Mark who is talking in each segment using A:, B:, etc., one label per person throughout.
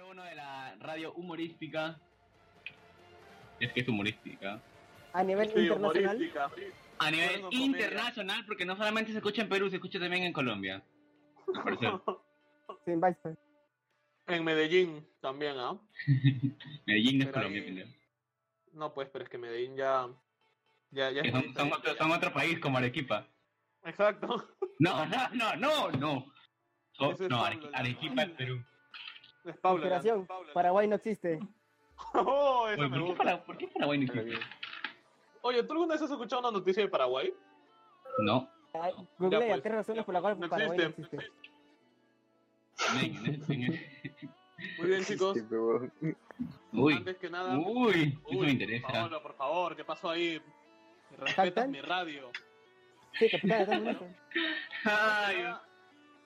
A: hablando de la radio humorística. Es que es humorística.
B: A nivel
C: Sí,
B: internacional.
C: humorística.
A: A nivel
C: Bueno, comedia.
A: internacional, porque no solamente se escucha en Perú, se escucha también en Colombia. Al parecer.
B: Sí, en Vice.
C: En Medellín también, ¿ah?
A: Medellín no es
C: Pero ahí-
A: Colombia, pendejo.
C: No, pues, pero es que Medellín ya. Ya, ya
A: Que
C: es
A: son, son
C: diferente,
A: otro,
C: ya.
A: son otro país como Arequipa.
C: Exacto.
A: No, no, no, no, no. So-
C: Eso es
A: no,
C: Pablo,
A: Are-
C: ya.
A: Arequipa es Perú.
C: Es Pablo. ya.
B: Operación,
C: Pablo.
B: Paraguay no existe.
C: Oh, eso
A: Oye,
C: me
A: ¿por, qué
C: gusta.
A: para, ¿Por qué Paraguay no existe?
C: Oye, ¿tú alguna vez has escuchado una noticia de Paraguay?
A: No,
B: Ah, Google,
C: pues.
B: tres razones por las cuales
C: No
B: Paraguay no
C: existe.
B: existe.
A: men, en ese- en ese-
C: Muy bien, chicos.
D: Sí, pero-
A: Uy,
C: Antes que nada.
A: uy, eso
C: Uy,
A: me interesa.
C: Paolo, por favor, ¿qué pasó ahí? Respetas
B: ¿Capitán?
C: mi radio.
B: Sí, capitán, dame un beso.
A: Ay,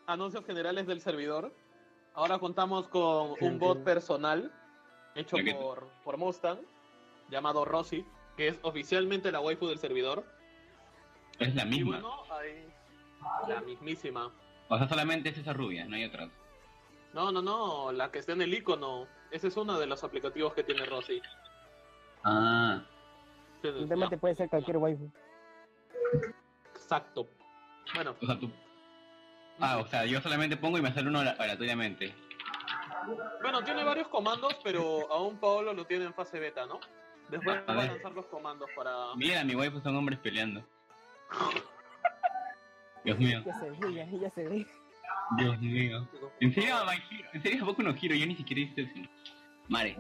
C: Anuncios generales del servidor. Ahora contamos con un bot personal hecho
A: Ya que-
C: por, por Mustang, llamado Rosy, que es oficialmente la waifu del servidor.
A: es la
C: Y
A: misma.
C: bueno, ahí- la mismísima.
A: O sea, solamente es esa rubia, no hay otra.
C: No, no, no, la que está en el icono. Ese es uno de los aplicativos que tiene Rosy.
A: Ah,
B: El tema te puede ser cualquier waifu.
C: Exacto. Bueno,
A: o sea, tú. Ah, o sea, yo solamente pongo y me sale uno gra- aleatoriamente.
C: Bueno, tiene varios comandos, pero aún Paolo lo tiene en fase beta, ¿no? Después
A: A
C: va a
A: ver.
C: lanzar los comandos para.
A: Mira, mi waifu son hombres peleando. Dios mío,
B: Ya se ve, ya, ya se ve.
A: Dios mío. En serio, My Hero, en serio, Boku no giro, yo ni siquiera hice eso. Mare.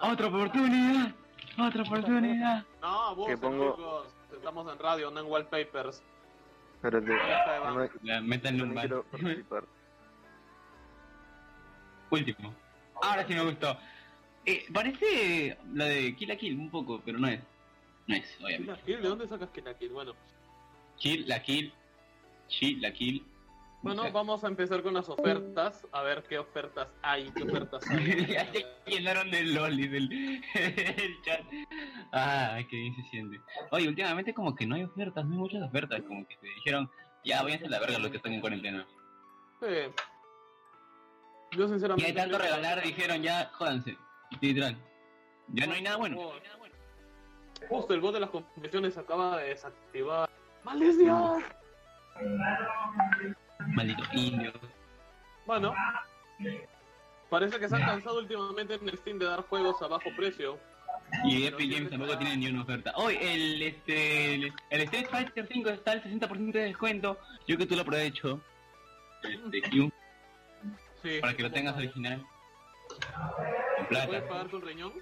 A: ¡Otra oportunidad! ¡Otra oportunidad!
C: No, abusen,
D: Que pongo-
C: chicos. Estamos en radio, no en wallpapers.
D: Espérate.
C: Ahora está
D: No,
C: Iván.
A: La meta en
D: yo
A: un
D: no quiero participar.
A: Último. Ahora sí me gustó. Eh, parece la de Kill la Kill un poco, pero no es. No es,
C: Kill
A: obviamente.
C: la Kill, ¿De dónde sacas Kill la Kill? Bueno,
A: Kill la Kill. Kill la Kill.
C: bueno, vamos a empezar con las ofertas. A ver qué ofertas hay. ¿Qué ofertas hay?
A: ya se llenaron de lolis del el chat. Ah, qué bien se siente. Oye, últimamente como que no hay ofertas, no hay muchas ofertas, como que se dijeron, ya váyanse a la verga los que están en cuarentena.
C: Sí. Yo
A: Y
C: sinceramente.
A: hay tanto
C: creo que-
A: regalar, dijeron, ya, jódanse. Literal. Ya no hay nada bueno.
C: Justo el bot de las confesiones acaba de desactivar. ¡Maldición!
A: Malditos indios.
C: Bueno, parece que se han cansado últimamente en Steam de dar juegos a bajo precio.
A: Y Epic Games tampoco tiene ni una oferta. Hoy el este el, el Street Fighter 5 está al 60% de descuento. Yo que tú lo aprovecho. Este Q,
C: Sí.
A: para que lo tengas original. En
C: ¿Puedes
A: plata.
C: pagar tu riñón?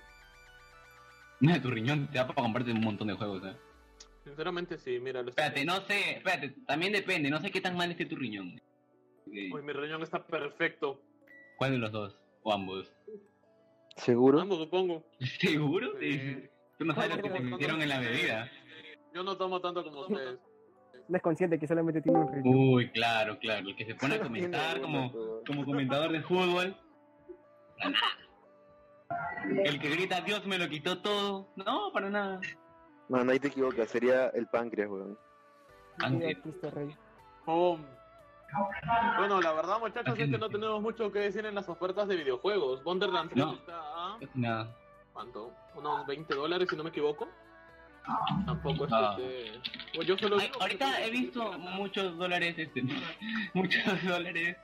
A: Mira, tu riñón te da para comprarte un montón de juegos, ¿eh?
C: Sinceramente sí, mira. Lo estoy-
A: Espérate, no sé, espérate, también depende, no sé qué tan mal esté tu riñón. Eh,
C: Uy, mi riñón está perfecto.
A: ¿Cuál de los dos? ¿O ambos?
D: ¿Seguro?
C: Ambos, supongo.
A: ¿Seguro?
C: Sí.
A: Tú no sabes lo que te
B: Bueno,
A: metieron en la bebida.
C: Yo no tomo tanto como ustedes.
B: No es consciente que solamente tiene un ritmo.
A: Uy, claro, claro, el que se pone a comentar
D: Tiene
A: como,
D: bueno,
A: como comentador de fútbol. El que grita, Dios me lo quitó todo. No, para nada.
D: todo. Mano, ahí te equivocas. Sería el páncreas, weón.
A: Antes.
B: Cristo Rey.
C: Pum. Bueno, la verdad, muchachos, es
A: Atiende.
C: que no tenemos mucho que decir en las ofertas de videojuegos. Wonderland 3
A: No.
C: está a.
A: casi Nada.
C: ¿Cuánto? Unos 20 dólares, si no me equivoco. Tampoco es
A: Ah.
C: que. se- Bueno, yo solo.
A: Ay, ahorita he visto muchos dólares, este, muchos dólares,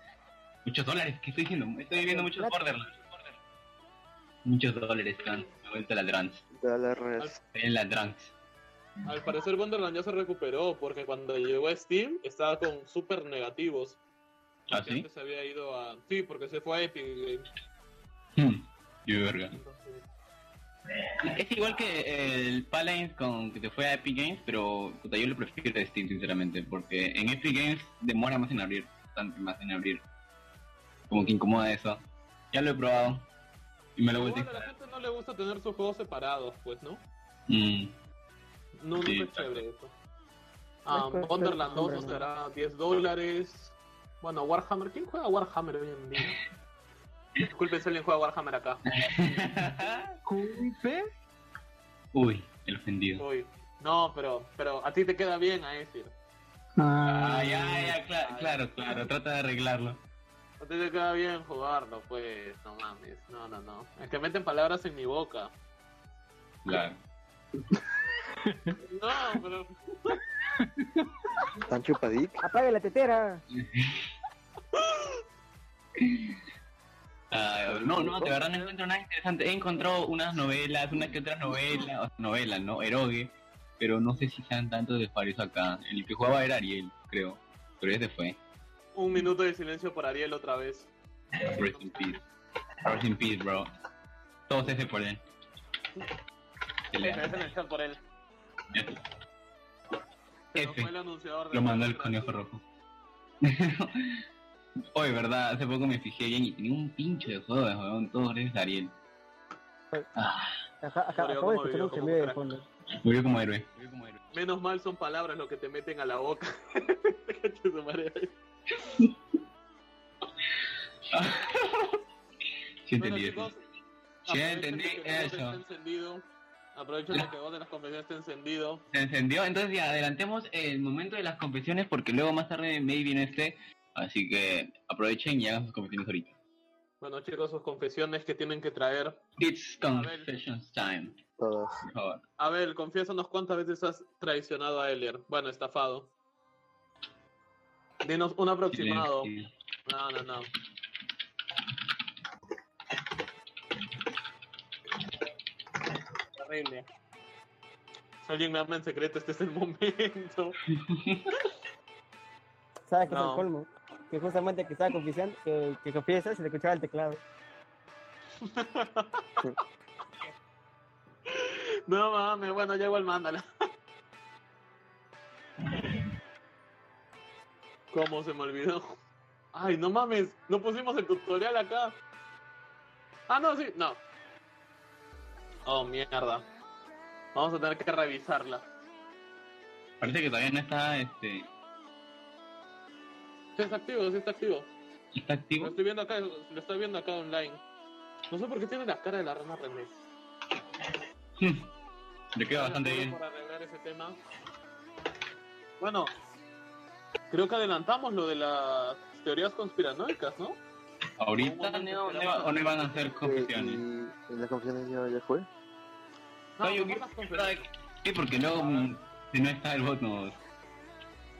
A: muchos dólares, ¿qué estoy diciendo? Estoy viendo muchos
B: Plata.
A: Borderlands. Muchos dólares, trans, me he vuelto la trans,
D: Da la res.
A: estoy en la trans.
C: Al parecer Wonderland ya se recuperó porque cuando llegó a Steam estaba con super negativos.
A: ¿Ah,
C: Porque
A: sí?
C: antes se había ido a... Sí, porque se fue a Epic Games.
A: Hmm, qué verga.
C: Entonces,
A: Es igual que el Paladins con que te fue a Epic Games, pero puta, yo lo prefiero de Steam, sinceramente, porque en Epic Games demora más en abrir, bastante más en abrir. Como que incomoda eso. Ya lo he probado y me lo he vuelto a
C: igual a la
A: instalar.
C: gente no le gusta tener sus juegos separados, pues, ¿no?
A: Mm.
C: No, no
A: Sí,
C: es
A: exacto.
C: chévere eso. Ah,
B: cuesta
C: Wonderland 2 nos
B: comprarlo.
C: dará 10 dólares. Bueno, Warhammer. ¿Quién juega Warhammer hoy en día? Disculpen si alguien juega Warhammer acá.
A: Uy, el ofendido.
C: Uy. No, pero, pero a ti te queda bien, a decir.
B: Ah.
A: Ah, Ay, ay, ay, cla- claro, claro, trata de arreglarlo.
C: No te queda bien jugarlo, pues. No mames. No, no, no. Es que meten palabras en mi boca.
A: Claro.
C: No, pero.
D: ¿Están chupadic?
B: Apaga la tetera.
A: Ah, no, no, de verdad no encuentro nada interesante. He encontrado unas novelas, unas que otras novelas, o sea, novelas, ¿no? Eroge, pero no sé si sean tantos usuarios acá. El que jugaba era Ariel, creo. Pero este fue.
C: Un minuto de silencio para Ariel otra vez.
A: Rest in peace. Rest in peace, bro. Todos ese por él. Se le-
C: F en el chat por él. Se nos
A: F.
C: fue el anunciador de
A: Lo mandó el conejo rojo. Hoy, verdad, hace poco me fijé bien y tenía un pincho de juegos, weón, todos gracias a Ariel. Ah,
B: Ajá, ajá,
C: Murió
B: acabo de
C: como
B: escuchar
C: vivió,
B: un
C: como
B: gemido de
C: crack.
B: fondo.
A: murió como héroe.
C: Menos mal son palabras lo que te meten a la boca. Cacho su madre.
A: Sí
C: Bueno,
A: entendí eso.
C: chicos,
A: Sí
C: aprovechen
A: entendí
C: de que el bot
A: eso.
C: está encendido. Aprovechen de que el bot de las convenciones está encendido.
A: Se encendió, entonces ya adelantemos el momento de las confesiones porque luego más tarde May viene este, así que aprovechen y hagan sus confesiones ahorita.
C: Bueno, chicos, sus confesiones que tienen que traer.
A: It's
C: ver.
A: confessions time,
D: Todas.
A: por favor.
C: Abel, confiésanos cuántas veces has traicionado a Elier. Bueno, estafado. Dinos un aproximado. No, no, no. Terrible. Si alguien me habla en secreto, este es el momento.
B: ¿Sabes qué es
C: No.
B: el colmo? Que justamente que estaba confesando, que, que confiesa, se le escuchaba el teclado.
C: No mames, bueno, ya igual mándala. ¿Cómo se me olvidó? Ay, no mames, no pusimos el tutorial acá. Ah, no, sí, no. Oh, mierda. Vamos a tener que revisarla.
A: Parece que todavía no está, este,
C: Sí, está activo, sí está activo.
A: está
C: Lo
A: activo.
C: estoy viendo acá, lo estoy viendo acá online. No sé por qué tiene la cara de la rana René.
A: Le queda bastante
C: Gracias,
A: bien.
C: Pablo, por arreglar ese tema. Bueno, creo que adelantamos lo de las teorías conspiranoicas, ¿no?
A: Ahorita no, no, o no van a hacer confesiones.
D: Eh, ¿Y las confesiones ya, ya fue?
C: No,
A: Oye,
C: mejor
A: ¿qué-
C: las conferencias.
A: Sí, porque luego mm, si no está el bot nos,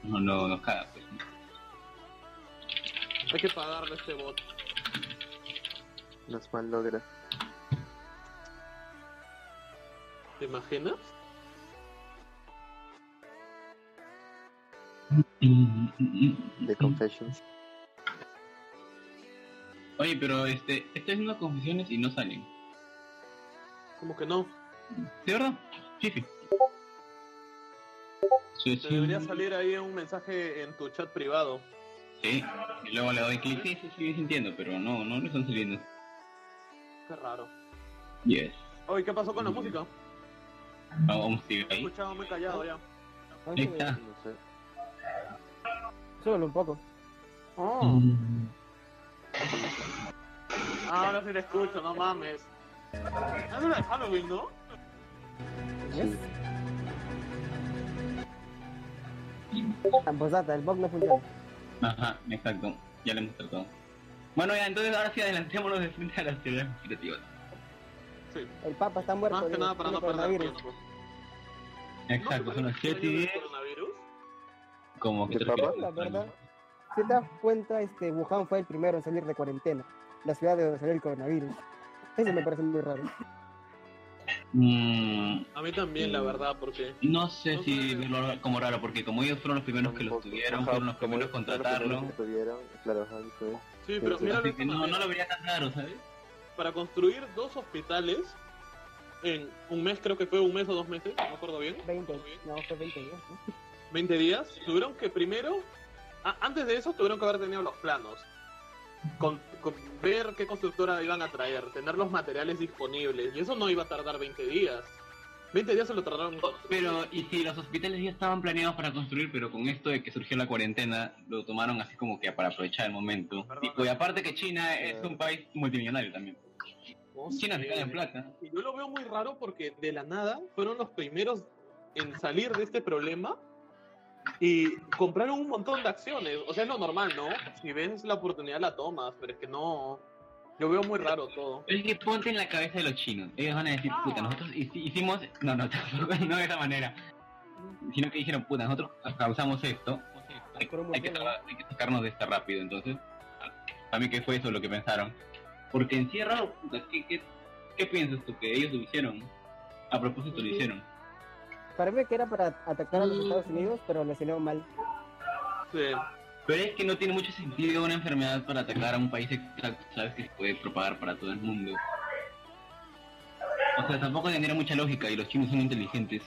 A: no, no, nos caga. Pues.
C: Hay que pagarle a este bot.
D: Las malogra.
C: ¿Te imaginas?
D: De
A: Mm.
D: Confessions.
A: Oye, pero este, estoy haciendo confesiones y no salen.
C: Como que no.
A: ¿De verdad? Sí, sí. Sí,
C: Te
A: sí.
C: debería salir ahí un mensaje en tu chat privado.
A: Sí, y luego le doy clic. Sí, sí, sí, sí, entiendo, pero no, no, no están saliendo.
C: Qué raro.
A: Yes.
C: Oye, ¿qué pasó con
A: Mm,
C: la música?
A: Vamos, sigue
C: He
A: ahí.
C: escuchado muy callado ya.
A: Ahí está.
D: No sé.
B: Solo un poco.
C: Oh.
A: Mm.
C: Ah, Ahora sí te escucho, no mames. Es una de Halloween, ¿no?
B: ¿Ves? Tamposata, el bug no funciona.
A: Ajá, exacto. Ya lo hemos tratado. Bueno, ya, entonces ahora sí adelantémonos de frente a las teorías conspirativas.
C: Sí.
B: El papa está muerto.
C: Más que
B: digo,
C: nada para
B: tiene
C: no perder
B: coronavirus.
C: tiempo.
A: Exacto, son las 7 y 10.
C: coronavirus?
A: Como que
D: ¿De
A: tres
D: papas?
A: que-
B: La verdad. Si te das cuenta, este, Wuhan fue el primero en salir de cuarentena. La ciudad de donde salió el coronavirus. Eso me parece muy raro.
A: Mm,
C: A mí también, la verdad, porque
A: no sé
C: No
A: si
C: sé.
A: verlo como raro, porque como ellos fueron los primeros que lo
D: Tampoco.
A: tuvieron,
D: Ajá,
A: fueron los
D: como
A: primeros en
D: ellos fueron los
A: contratarlo.
D: primeros que tuvieron, Claro, ajá, y fue-
C: Sí, pero
D: Sí,
C: mira,
A: Así que no, no lo vería tan raro, ¿sabes?
C: para construir dos hospitales en un mes, creo que fue un mes o dos meses, no me acuerdo bien,
B: 20, no, fue 20 días. ¿no?
C: 20 días, tuvieron que primero, a- antes de eso tuvieron que haber tenido los planos, con, con- ver qué constructora iban a traer, tener los materiales disponibles, y eso no iba a tardar 20 días. 20 días se lo tardaron.
A: Pero, y si los hospitales ya estaban planeados para construir, pero con esto de que surgió la cuarentena, lo tomaron así como que para aprovechar el momento.
C: Perdona.
A: Y, y aparte que China es un país multimillonario también.
C: No
A: China se
C: sé.
A: cae en plata.
C: Y yo lo veo muy raro porque de la nada fueron los primeros en salir de este problema Y compraron un montón de acciones. O sea, es lo normal, ¿no? Si ves la oportunidad, la tomas. Pero es que no. Yo veo muy raro todo.
A: Es que ponte en la cabeza de los chinos. Ellos van a decir, puta, nosotros hici- hicimos. No, no, tampoco, no de esa manera. Sino que dijeron, puta, nosotros causamos esto. Hay, hay que, traba- hay que sacarnos de esta rápido. Entonces, a mí que fue eso lo que pensaron. Porque en Sierra, puta, ¿qué, qué, qué piensas tú que ellos lo hicieron? A propósito, lo hicieron.
B: Parece que era para atacar a los
C: Mm.
B: Estados Unidos, pero le salió mal.
C: Sí.
A: Pero es que no tiene mucho sentido una enfermedad para atacar a un país exacto, sabes que se puede propagar para todo el mundo. O sea, tampoco tendría mucha lógica y los chinos son inteligentes.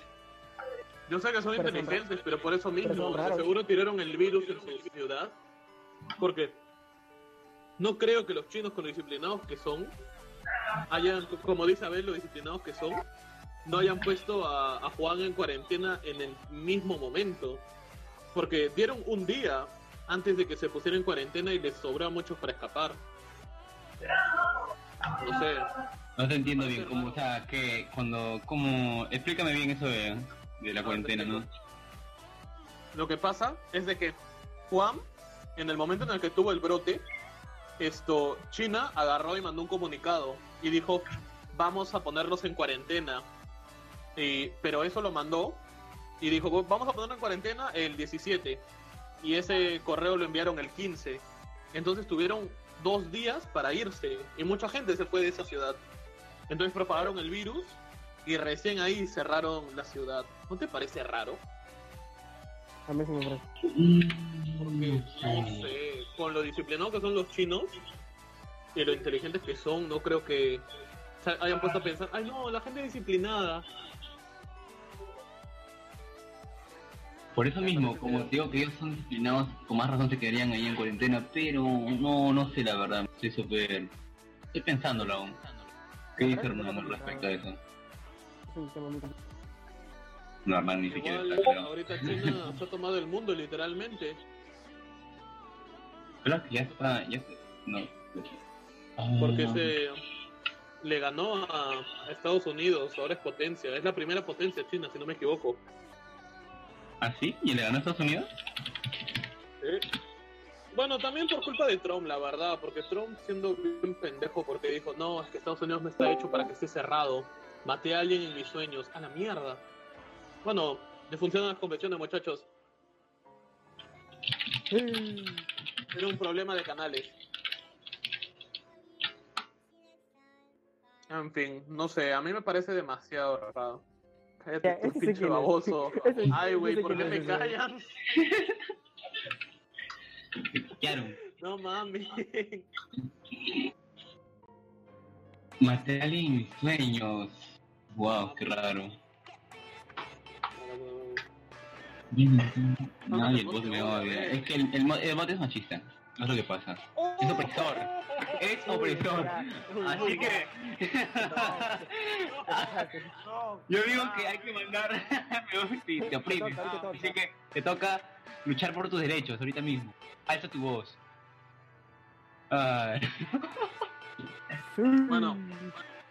C: Yo sé que son
B: Pero son
C: inteligentes, pero por eso
B: son
C: mismo, o sea,
B: raros.
C: seguro tiraron el virus en su ciudad. Porque no creo que los chinos, con lo disciplinados que son, hayan, como dice Abel, lo disciplinados que son, no hayan puesto a, a Juan en cuarentena en el mismo momento. Porque dieron un día antes de que se pusiera en cuarentena y les sobró a muchos para escapar. No sé.
A: No te entiendo bien, como, o sea, que cuando, como, explícame bien eso de, de la cuarentena, ¿no?
C: Lo que pasa es de que Juan, en el momento en el que tuvo el brote, esto, China agarró y mandó un comunicado y dijo, vamos a ponerlos en cuarentena. Y, pero eso lo mandó y dijo, "Vo- vamos a ponerlo en cuarentena el 17. Y ese correo lo enviaron el 15. Entonces tuvieron dos días para irse y mucha gente se fue de esa ciudad. Entonces propagaron el virus y recién ahí cerraron la ciudad. ¿No te parece raro?
B: A mí se me parece.
C: Porque, no sé, Este, con lo disciplinados que son los chinos y lo inteligentes que son, no creo que se hayan puesto a pensar, ay no, la gente disciplinada.
A: Por eso mismo, como te digo que ellos son disciplinados, con más razón se quedarían ahí en cuarentena, pero no, no sé la verdad, estoy súper, estoy pensándolo aún. ¿Qué dice Hernando respecto a eso?
B: Es un tema muy complicado.
A: No, Hernán ni siquiera
C: Igual,
A: está, creo.
C: ahorita China se ha tomado el mundo literalmente.
A: Creo que ya está, ya está, no.
C: Porque
A: Ah.
C: se le ganó a a Estados Unidos, ahora es potencia, es la primera potencia china, si no me equivoco.
A: ¿Ah, sí? ¿Y le ganó a Estados Unidos?
C: Bueno, también por culpa de Trump, la verdad, porque Trump siendo bien pendejo porque dijo, no, es que Estados Unidos no está hecho para que esté cerrado. Maté a alguien en mis sueños. A la mierda. Bueno, le funcionan las convenciones, muchachos.
B: Sí.
C: Era un problema de canales. En fin, no sé, a mí me parece demasiado raro.
B: Ya,
C: Cállate, tú,
B: ese sí
C: pinche
B: que no.
C: baboso.
B: Ese-
C: Ay, güey,
B: ese
C: ¿por
B: que
C: qué
B: no
C: me
B: se sabe.
C: callan?
A: Claro.
C: No mames.
A: Maté a alguien en mis sueños. Wow, qué raro. No, y el bot me odia. Es que el, el, mo- el bot es machista. No es lo que pasa. Es opresor. Es opresor. Así que.
C: No.
A: Yo digo que hay que mandar. te, te oprimes.
B: Te toca, te toca.
A: Así que te toca luchar por tus derechos ahorita mismo. Alza tu voz. Ay.
B: Sí.
C: Bueno.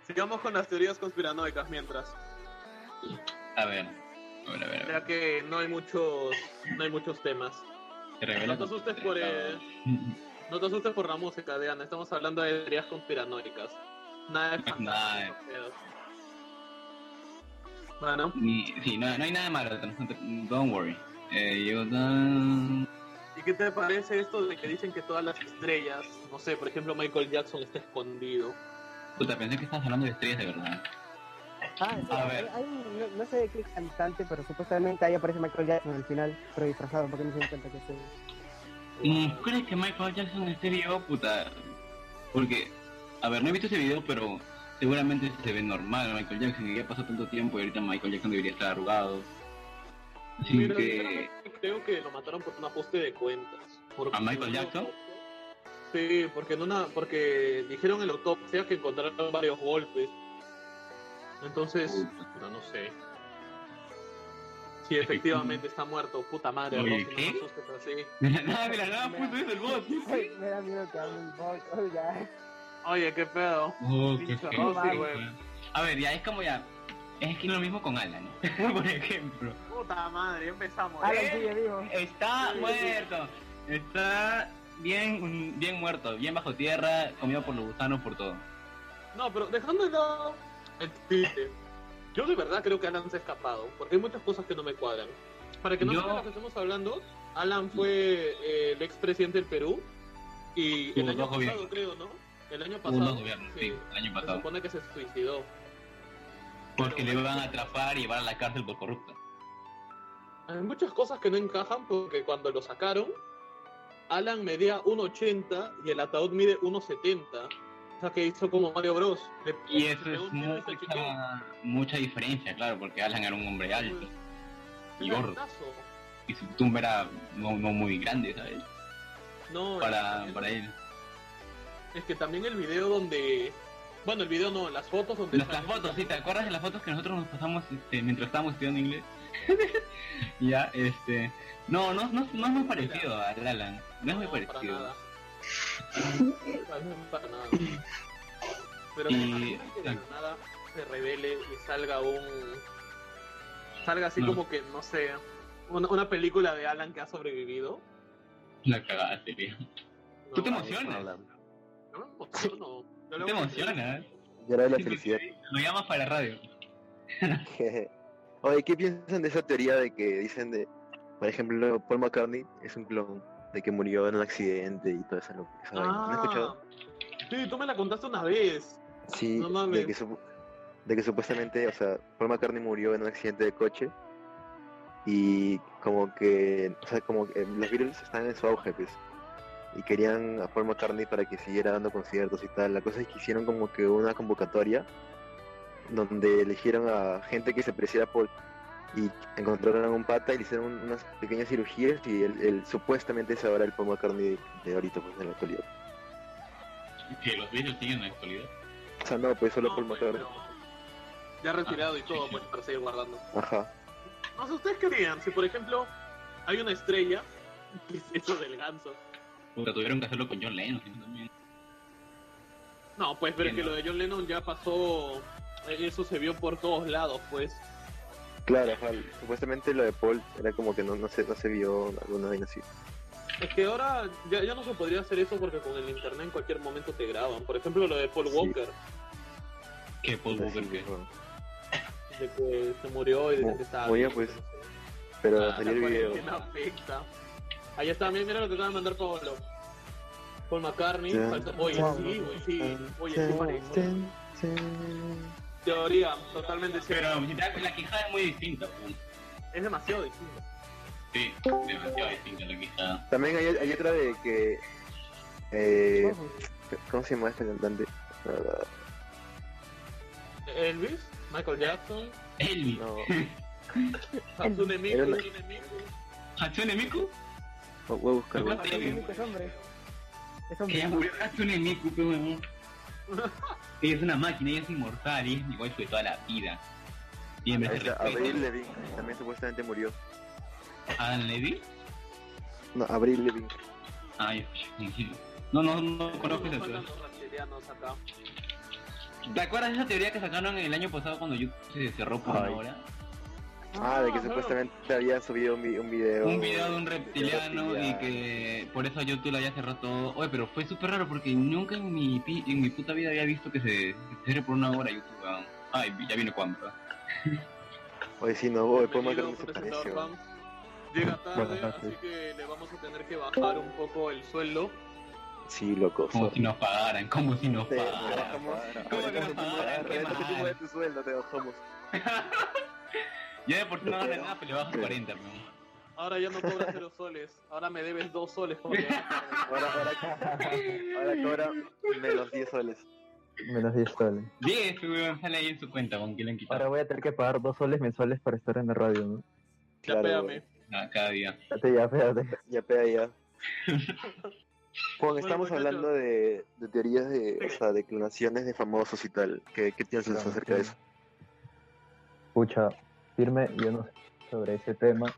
C: Sigamos con las teorías conspiranoicas mientras.
A: A ver. A ver, a ver. A ver.
C: Ya que no hay muchos, no hay muchos temas.
A: Te revela
C: No te asustes
A: tu
C: por
A: secreto.
C: No te asustes por la música, Diana. Estamos hablando de teorías conspiranoicas. Nada de fantasmas. Bueno,
A: Ni- sí, no, no hay nada malo. no te- Don't worry. Eh, yo no-
C: ¿y qué te parece esto de que dicen que todas las estrellas, no sé, por ejemplo Michael Jackson está escondido?
A: Puta, pensé que estabas hablando de estrellas de verdad.
B: Ah, sí,
A: A ver.
B: hay un- no, no sé de qué cantante, pero supuestamente ahí aparece Michael Jackson al final, pero disfrazado, porque no se dan cuenta que es él.
A: Mm, ¿Crees que Michael Jackson esté vivo, puta? Porque, a ver, no he visto ese video, pero seguramente se ve normal Michael Jackson. Y ya pasó tanto tiempo y ahorita Michael Jackson debería estar arrugado. Así
C: Pero
A: que...
C: sinceramente creo que lo mataron por un ajuste de cuentas. Porque-
A: ¿A Michael Jackson?
C: Sí, porque en una, porque dijeron en la autopsia que encontraron varios golpes. Entonces,
A: Puta.
C: no, no sé. Si efectivamente está muerto, puta madre,
A: Oye,
C: Rosy, no
A: ¿qué?
C: me asustes así.
A: Mira, nada, mira, nada, puso eso el bot.
B: Ay, Me da miedo que hable un bot, oiga.
C: Oye, qué pedo.
A: Oh, qué
C: Pinche
A: feo.
C: Rosy, güey.
A: A ver, ya es como ya... Es que es lo mismo con Alan, por ejemplo.
C: puta madre, ya empezamos.
B: Alan
C: ¿eh?
B: sigue vivo.
A: Está
C: Sí.
A: muerto. Está bien, bien muerto, bien bajo tierra, comido por los gusanos, por todo.
C: No, pero dejando de lado el chiste, yo de verdad creo que Alan se ha escapado, porque hay muchas cosas que no me cuadran. Para que no
A: Yo-
C: sepan lo que estamos hablando, Alan fue eh, el expresidente del Perú y el
A: Tuvo
C: año
A: dos
C: pasado,
A: gobiernos.
C: creo, ¿no? El año
A: Hubo dos
C: pasado.
A: gobiernos,
C: sí,
A: sí, el año
C: se
A: pasado.
C: supone que se suicidó.
A: Porque le van a atrapar y llevar a la cárcel por corrupto.
C: Hay muchas cosas que no encajan porque cuando lo sacaron, Alan medía 1,80 y el ataúd mide 1,70. O sea que hizo como Mario Bros. Le-
A: Y
C: le
A: eso
C: pegó
A: es
C: un tiro y se achicó.
A: mucha, mucha diferencia, claro, porque Alan era un hombre alto y gordo.
C: Planazo.
A: Y su tumba era no, no muy grande, ¿sabes?
C: No,
A: Para,
C: es-
A: para él.
C: Es que también el video donde. Bueno, el video no, las fotos donde.
A: Nuestras
C: sale-
A: fotos, ¿sí? ¿Te acuerdas de las fotos que nosotros nos pasamos este, mientras estábamos estudiando inglés? ya, este... No, no, no, no es muy parecido a Alan. No es muy
C: No,
A: parecido.
C: Para nada. Para nada. Pero
A: Y- eh.
C: que de la nada se revele y salga un. Salga así
A: No.
C: como que, no sé. Una, una película de Alan que ha sobrevivido.
A: La cagada sería.
C: No,
A: Tú te
C: no,
A: emocionas.
C: No me emociono. Yo
A: ¿Te
C: luego-
A: emocionas?
D: Llorar de la felicidad.
A: Lo llamas para radio.
D: Jeje. Oye, ¿qué piensan de esa teoría de que dicen de, por ejemplo, Paul McCartney es un clon, de que murió en un accidente y toda esa lo- esa vaina? ¿No has
C: Ah,
D: escuchado?
C: sí, tú me la contaste una vez.
D: Sí,
C: no mames.
D: de, que supu- de que supuestamente, o sea, Paul McCartney murió en un accidente de coche y como que, o sea, como que eh, los Beatles están en su auge, pues, y querían a Paul McCartney para que siguiera dando conciertos y tal. La cosa es que hicieron como que una convocatoria donde eligieron a gente que se pareciera a Paul y encontraron a un pata y le hicieron un- unas pequeñas cirugías y el, el- supuestamente es ahora el Paul McCartney de ahorita, pues, en la actualidad.
A: Que los vídeos siguen en la actualidad.
D: O sea, no, pues solo
C: No,
D: Paul
C: pues,
D: McCartney.
C: pero Ya retirado y todo, pues, para seguir guardando.
D: Ajá.
C: No sé, ¿ustedes qué harían? Si, por ejemplo, hay una estrella, que es eso del ganso.
A: Puta, tuvieron que hacerlo con John Lennon sino también.
C: No, pues, pero es que
A: Bien,
C: lo de John Lennon ya pasó. eh, Eso se vio por todos lados, pues.
D: Claro, ajá, supuestamente lo de Paul era como que no, no, se, no se vio alguna vaina así.
C: Es que ahora ya, ya no se podría hacer eso porque con el internet en cualquier momento te graban. Por ejemplo, lo de Paul
D: Sí.
C: Walker,
A: Que Paul
D: Puta,
A: Walker
D: Pues sí,
A: que...
D: bueno.
C: de que se murió y de
D: Mu-
C: que estaba.
D: murió,
C: bien,
D: pues.
C: no sé.
D: Pero
A: Ah,
D: salió el video.
C: cuarentena afecta. Ahí está, mira, mira lo que te va a mandar Pablo. Paul McCartney,
D: Tan,
C: falta- oye,
D: tan,
C: sí, oye, sí, oye, sí
D: Tan,
C: parece.
D: tan, tan.
C: Teoría, totalmente cierta.
A: Pero si te das cuenta, la quijada es muy distinta. pues.
C: Es demasiado distinto.
A: Sí, demasiado distinta la quijada.
D: También hay, hay otra de que... eh,
B: Ojo.
D: ¿Cómo se llama este cantante? Ah,
C: Elvis, Michael Jackson,
A: Elvis.
D: No,
C: Hatsune Miku,
D: Era una-
A: Hatsune
C: Hatsune Miku.
A: Miku.
D: no, voy a buscar.
A: Tocó
D: bueno.
B: Hatsune Miku es hombre. Es
A: Que ya
B: hombre.
A: murió Hatsune Miku, pero weón. Ella es una máquina, ella es inmortal, ella es mi waifu de toda la vida. Siempre
D: Ahí
A: se
D: está,
A: respeta.
D: Abril Levin también supuestamente murió.
A: ¿Adam Levy?
D: No, Abril Levin.
A: Ay, no, no, no conozco esa teoría.
C: Faltan los reptilianos acá.
A: ¿Te acuerdas de esa teoría que sacaron el año pasado cuando YouTube se cerró por
D: Ay.
A: una hora?
D: Ah, de que
C: claro.
D: supuestamente había subido un, vi- un video.
A: Un video de un reptiliano y
D: reptiliano.
A: que por eso YouTube lo había cerrado todo. Oye, pero fue súper raro porque nunca en mi, pi- en mi puta vida había visto que se se cierre por una hora YouTube. weón. Ay, ya viene ¿eh? cuánto.
D: Oye, sí, no, oye, Paul
C: Bienvenido,
D: McCartney se
C: presentador
D: pareció.
C: Pam. Llega tarde,
D: Buenas tardes.
C: así que le vamos a tener que bajar un poco el sueldo.
D: Sí, loco.
A: Como si nos pagaran, como si nos
D: Te te
A: pagaran.
D: bajamos.
A: ¿Cómo
D: Ahorita
A: que
D: se
A: no?
D: te-
A: Ah, qué
D: ahorita se te
A: mal.
D: mueve tu sueldo, te bajamos.
A: Ya de por sí no gana
D: Pero-
A: nada, pero le bajas
D: pero-
A: 40, weón.
C: Ahora ya no cobras cero soles, ahora me debes dos soles por llegar tarde.
D: Ahora, ahora, ahora cobra menos 10 soles.
E: Menos 10 soles.
A: 10, weón, sale ahí en su cuenta, con que le han
E: Ahora
A: quitado
E: voy a tener que pagar 2 soles mensuales para estar en la radio, ¿no?
C: Ya
D: Claro,
C: pégame.
A: Ah, cada día.
E: Espérate, ya, espérate.
D: Ya pega ya. Juan, estamos
C: muchachos.
D: hablando de, de teorías de, o sea, de clonaciones de famosos y tal. ¿Qué, qué piensas
E: Claro,
D: acerca de
E: sí.
D: eso?
E: Escucha, firme, yo no sé sobre ese tema.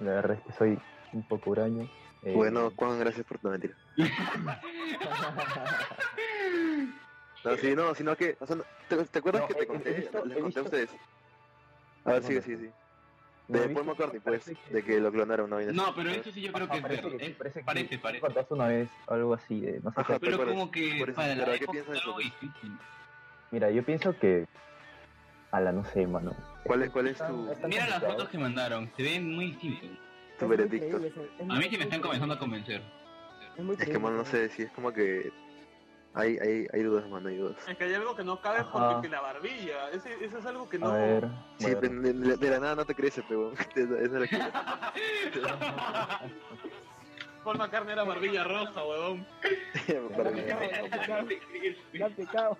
E: La verdad es que soy un poco huraño. eh,
D: Bueno, Juan, gracias por tu mentira. No, sí, no, sino que, o sea, no- ¿te, te acuerdas
E: No,
D: que te
E: he- he
D: conté?
E: visto-
D: Les
E: he
D: conté a
E: visto-
D: ustedes. A ver,
E: Bueno.
D: sigue, sigue, sigue.
E: ¿No
D: De
E: viste?
D: Paul McCartney, pues,
E: Parece que-
D: de que lo clonaron, ¿no?
A: No, pero eso sí yo creo
E: Ajá,
A: que es
E: parece
A: verdad.
E: que-
A: Es-
E: parece que-
A: Parece, parece.
E: Pasó una vez algo así de, no sé
D: Ajá,
E: qué.
A: Pero
D: por eso-
A: como que
D: por eso,
A: para la
D: pero ¿qué
A: época
D: piensas de
A: algo
D: eso?
A: difícil.
E: Mira, yo pienso que. Ala, no sé, mano.
D: ¿Cuál es- cuál es
E: tan-
D: tu-
E: tan
A: Mira las
E: complicado.
A: fotos que mandaron, se ven muy distintos.
D: Tu
B: muy
D: veredicto.
B: creíble, es- es
A: A mí
B: muy-
A: sí me están
B: muy
A: comenzando a
B: creíble.
A: convencer.
B: Es, muy
D: Es que,
B: creíble,
D: mano, no sé si es como que. Hay, hay, hay dudas, mano, hay dudas.
C: Es que hay algo que no cabe
E: Ajá.
C: porque que la barbilla. Ese, ese es algo que
E: A
C: no.
E: ver.
D: Sí,
E: bueno.
D: de, de- de la nada no te crece, pero esa es la que.
C: Paul McCartney era barbilla roja, huevón.
D: para mí.
B: La han pecado.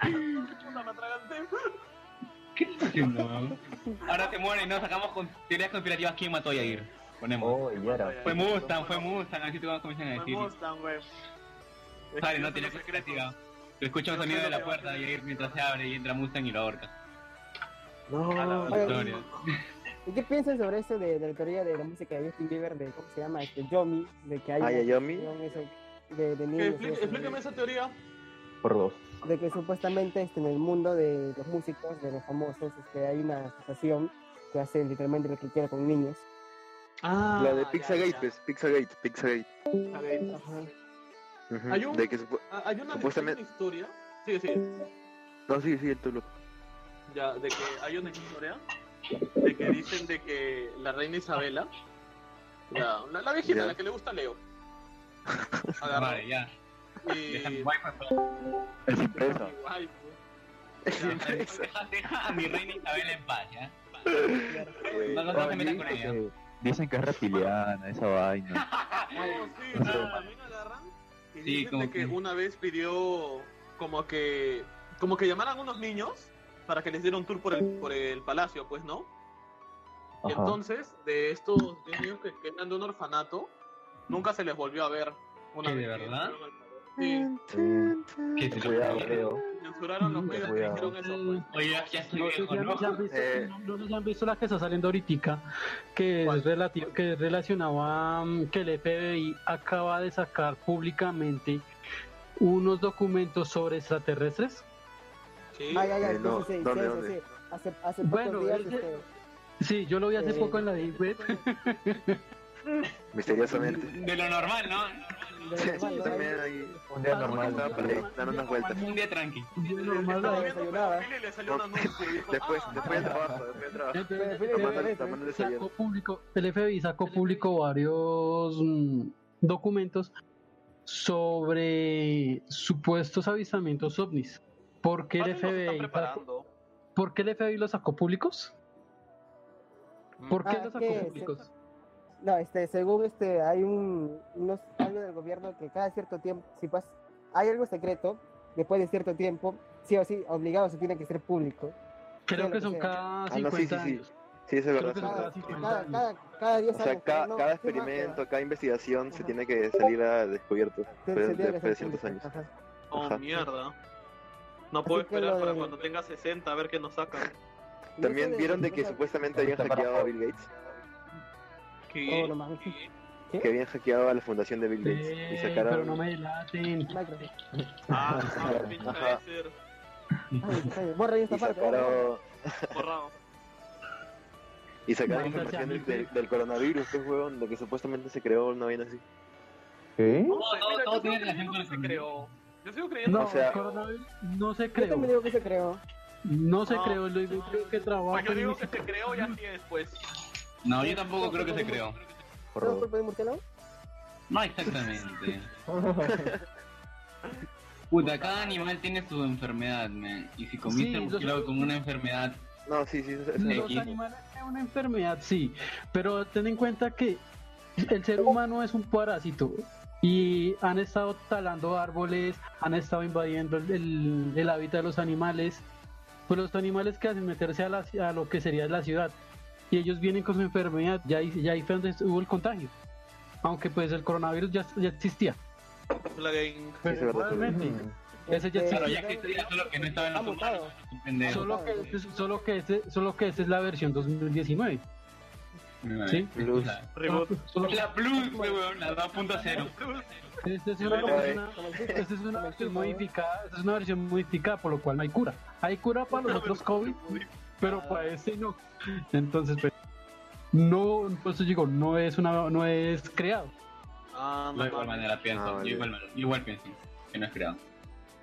C: Puta, me atraganté.
A: ¿Qué estás haciendo? Ahora te mueren, no sacamos con teorías conspirativas quién mató a Yair. Ponemos.
E: Oh, y ahora.
A: Fue Mustang, fue Mustang, así te vamos a comenzar a
C: Fue
A: decir.
C: Mustang, güey.
A: Sale, no
C: tiene
A: teoría conspirativa. Se escucha un sonido de la puerta de Yair mientras se abre y entra Mustang y lo ahorca.
D: No,
B: Oye,
A: Historia.
B: ¿Y qué piensan sobre eso de, de la teoría de la música de Justin Bieber, de cómo se llama, este, Yomi, de que hay
D: Ay,
B: una
D: ay, Yomi.
B: canción, eso, de, de niños, eso,
C: Eh, Explícame esa teoría.
E: Por dos.
B: de que supuestamente este, en el mundo de los músicos, de los famosos, este, hay una asociación que hace literalmente lo que quiera con niños.
C: Ah,
D: la de pues. Pizzagate, pues, Pizzagate, Pizzagate. Ujú,
C: Hay un-
D: De que supo-
C: Ah, Hay una,
D: Supuestamente-
C: hay una historia. Sí, sí.
D: No, sí, sí, el Tulu.
C: Ya, de que hay una historia de que dicen de que la reina Isabela, la, la, la viejita,
D: Ya.
C: la que le gusta a Leo, agarró
A: Vale, ya.
C: y...
A: Deja mi wife en paz.
D: Es
C: y- ay, pues.
A: Deja- Deja a mi reina Isabel en paz, ¿ya? No, no,
D: Güey.
A: no te metas con ella.
E: Dicen que- Dicen que es reptiliana esa vaina.
C: No, sí, o sea, también agarran y
A: Sí,
C: dicen
A: como
C: de que
A: que-
C: una vez pidió como que como que llamaran unos niños para que les diera un tour por el, por el palacio, pues, ¿no? Y
E: Ajá.
C: entonces, de estos niños que, que eran de un orfanato, nunca se les volvió a ver. Una
A: ¿Qué,
C: vez
A: de
C: que
A: verdad?
C: entraron al- Sí.
A: Que se
E: Cuidado, creo.
C: Censuraron los
F: Mm,
C: medios que
E: cuidado.
C: dijeron eso, pues.
A: Oye, ya estoy
F: No sé
A: viejo,
F: si han-
A: ¿no?
F: si han visto-
D: Eh.
F: no sé si han visto las que está saliendo ahorita, que es, relati- que es relacionado a mm, que el FBI acaba de sacar públicamente unos documentos sobre extraterrestres.
C: Sí.
B: Ay, ay, ay,
D: Eh, no,
B: sí, sí, sí,
D: ¿dónde,
B: sí,
D: dónde?
B: sí. Hace, hace
F: Bueno,
B: pocos días,
F: es que-
B: este,
F: Sí, yo lo vi hace
B: eh,
F: poco en la Deep Web.
D: Misteriosamente.
A: De lo normal, ¿no?
B: de-
D: Sí,
B: bueno,
D: también
B: ahí-
D: ahí.
E: Un día
F: Ah,
E: normal.
D: Estaba por ahí, dando unas vueltas.
A: Un día tranqui.
F: Yo normal
C: Estaba
F: la-
B: Ay, desayunaba.
C: viendo pedofilia y le salió un anuncio y dijo,
D: Después,
C: "Ah,
D: después del trabajo, después del trabajo.
F: el FBI
B: Pero, pero,
D: Tomando,
B: pero,
D: tomando el
F: sacó
D: desayuno.
F: público, el FBI sacó público varios mm, documentos sobre supuestos avistamientos ovnis. ¿Por qué el
C: Alguien nos está
F: FBI sacó-
C: preparando.
F: ¿Por qué el FBI los sacó públicos? ¿Por qué
B: Ah,
F: los
B: ¿qué?
F: sacó públicos?
B: No, este, según este, hay un, unos, algo del gobierno que cada cierto tiempo, si pasa, hay algo secreto, después de cierto tiempo, sí o sí, obligado se tiene que ser público.
F: Creo
B: lo que
F: que son
B: sea.
F: cada
D: Ah, no, sí,
F: 50
D: sí, sí.
F: años.
D: Sí, eso es
F: Creo
D: verdad.
F: que
D: eso es
B: Cada,
F: cada
D: verdad.
F: sí,
B: cada, cada, cada 10
D: O sea,
B: años.
D: cada,
B: ¿no?
D: cada
B: Sí, más que-
D: experimento, cada investigación se
B: Ajá.
D: tiene que salir a descubierto.
B: se-
D: Pero
B: se tiene que
D: después de
B: ser
D: ciertos
B: público,
D: años.
B: ajá.
C: Oh,
D: Ajá.
C: mierda. No puedo
B: ah, Así que lo
C: esperar para
B: de-
C: cuando tenga 60 a ver qué nos sacan.
B: Y eso
D: También vieron de que
B: cosa-
D: supuestamente habían
E: Está para-
D: hackeado a Bill Gates.
C: ¿Qué?
B: Oh, no mames.
D: Que habían hackeado a la fundación de Bill
F: Sí,
D: Gates. Y
F: pero
D: sacaron.
F: no me dilaten.
B: Microsoft.
C: Ah, no, pinche
D: Ajá.
C: debe ser
B: Ay, ay, Borra ahí esta
D: Y
B: parte. borra, borra.
D: sacaron.
C: borrado.
D: Y sacaron
F: Maldita
D: información
F: sea,
D: del, del- del coronavirus, que huevón, de que supuestamente se creó una vaina así.
E: ¿Qué?
C: No sé,
A: todo-
C: mira,
A: todo
C: yo sigo
A: tiene
C: creyendo que
A: relación
C: se
A: con
C: creó. Yo sigo creyendo
F: No,
D: O sea-
F: el coronavirus no se
B: Yo
F: creó.
B: también digo que se creó.
F: No se
C: No,
F: creó. Yo digo,
C: no.
F: creo que
C: Pues
F: trabajo
C: yo
F: en
C: digo que
F: música.
C: se creó y así es, pues.
A: No, yo tampoco creo que se creó.
E: Por
B: ¿Todo
E: dos.
B: culpa de Murciélago?
A: No, exactamente. Puta, cada animal tiene su enfermedad, man. Y si comiste
F: Sí,
A: el
F: los-
A: murciélago con una enfermedad,
D: No, sí, sí, eso, eso
A: Sí.
D: es
F: Los
A: equipo.
F: animales es una enfermedad, sí, pero ten en cuenta que el ser humano es un parásito y han estado talando árboles, han estado invadiendo el, el- el hábitat de los animales, pues los animales que hacen meterse a, la ci- a lo que sería la ciudad y ellos vienen con su enfermedad, ya ahí, ya ahí fue donde hubo el contagio, aunque pues el coronavirus ya, ya existía,
C: Plugin.
F: pero
D: es verdad, Mm.
F: igualmente, ese ya
B: Este,
A: claro,
F: existía.
A: ya existía, solo que no estaba en
B: Ha
A: los humanos.
B: mutado.
A: Pendejo.
F: Solo que, este- solo, que este- solo que esta es la versión 2019, ¿sí?
D: Plus.
C: Reboot.
F: Solo-
A: La Plus, weón, la 2.0.
F: Esta este es una
D: Pero, eh,
F: persona-
B: Como el FIFA,
F: Esta es una
B: como el
F: versión
B: FIFA, ¿eh?
F: modificada, esta es una versión modificada, por lo cual no hay cura. Hay cura para los otros COVID, pero para este no. Entonces, pues, no, por eso digo, no es una, no es creado.
C: Ah,
A: Yo de igual
C: mames.
A: manera pienso,
D: Ah, vale.
A: yo, igual, yo igual pienso que no es creado.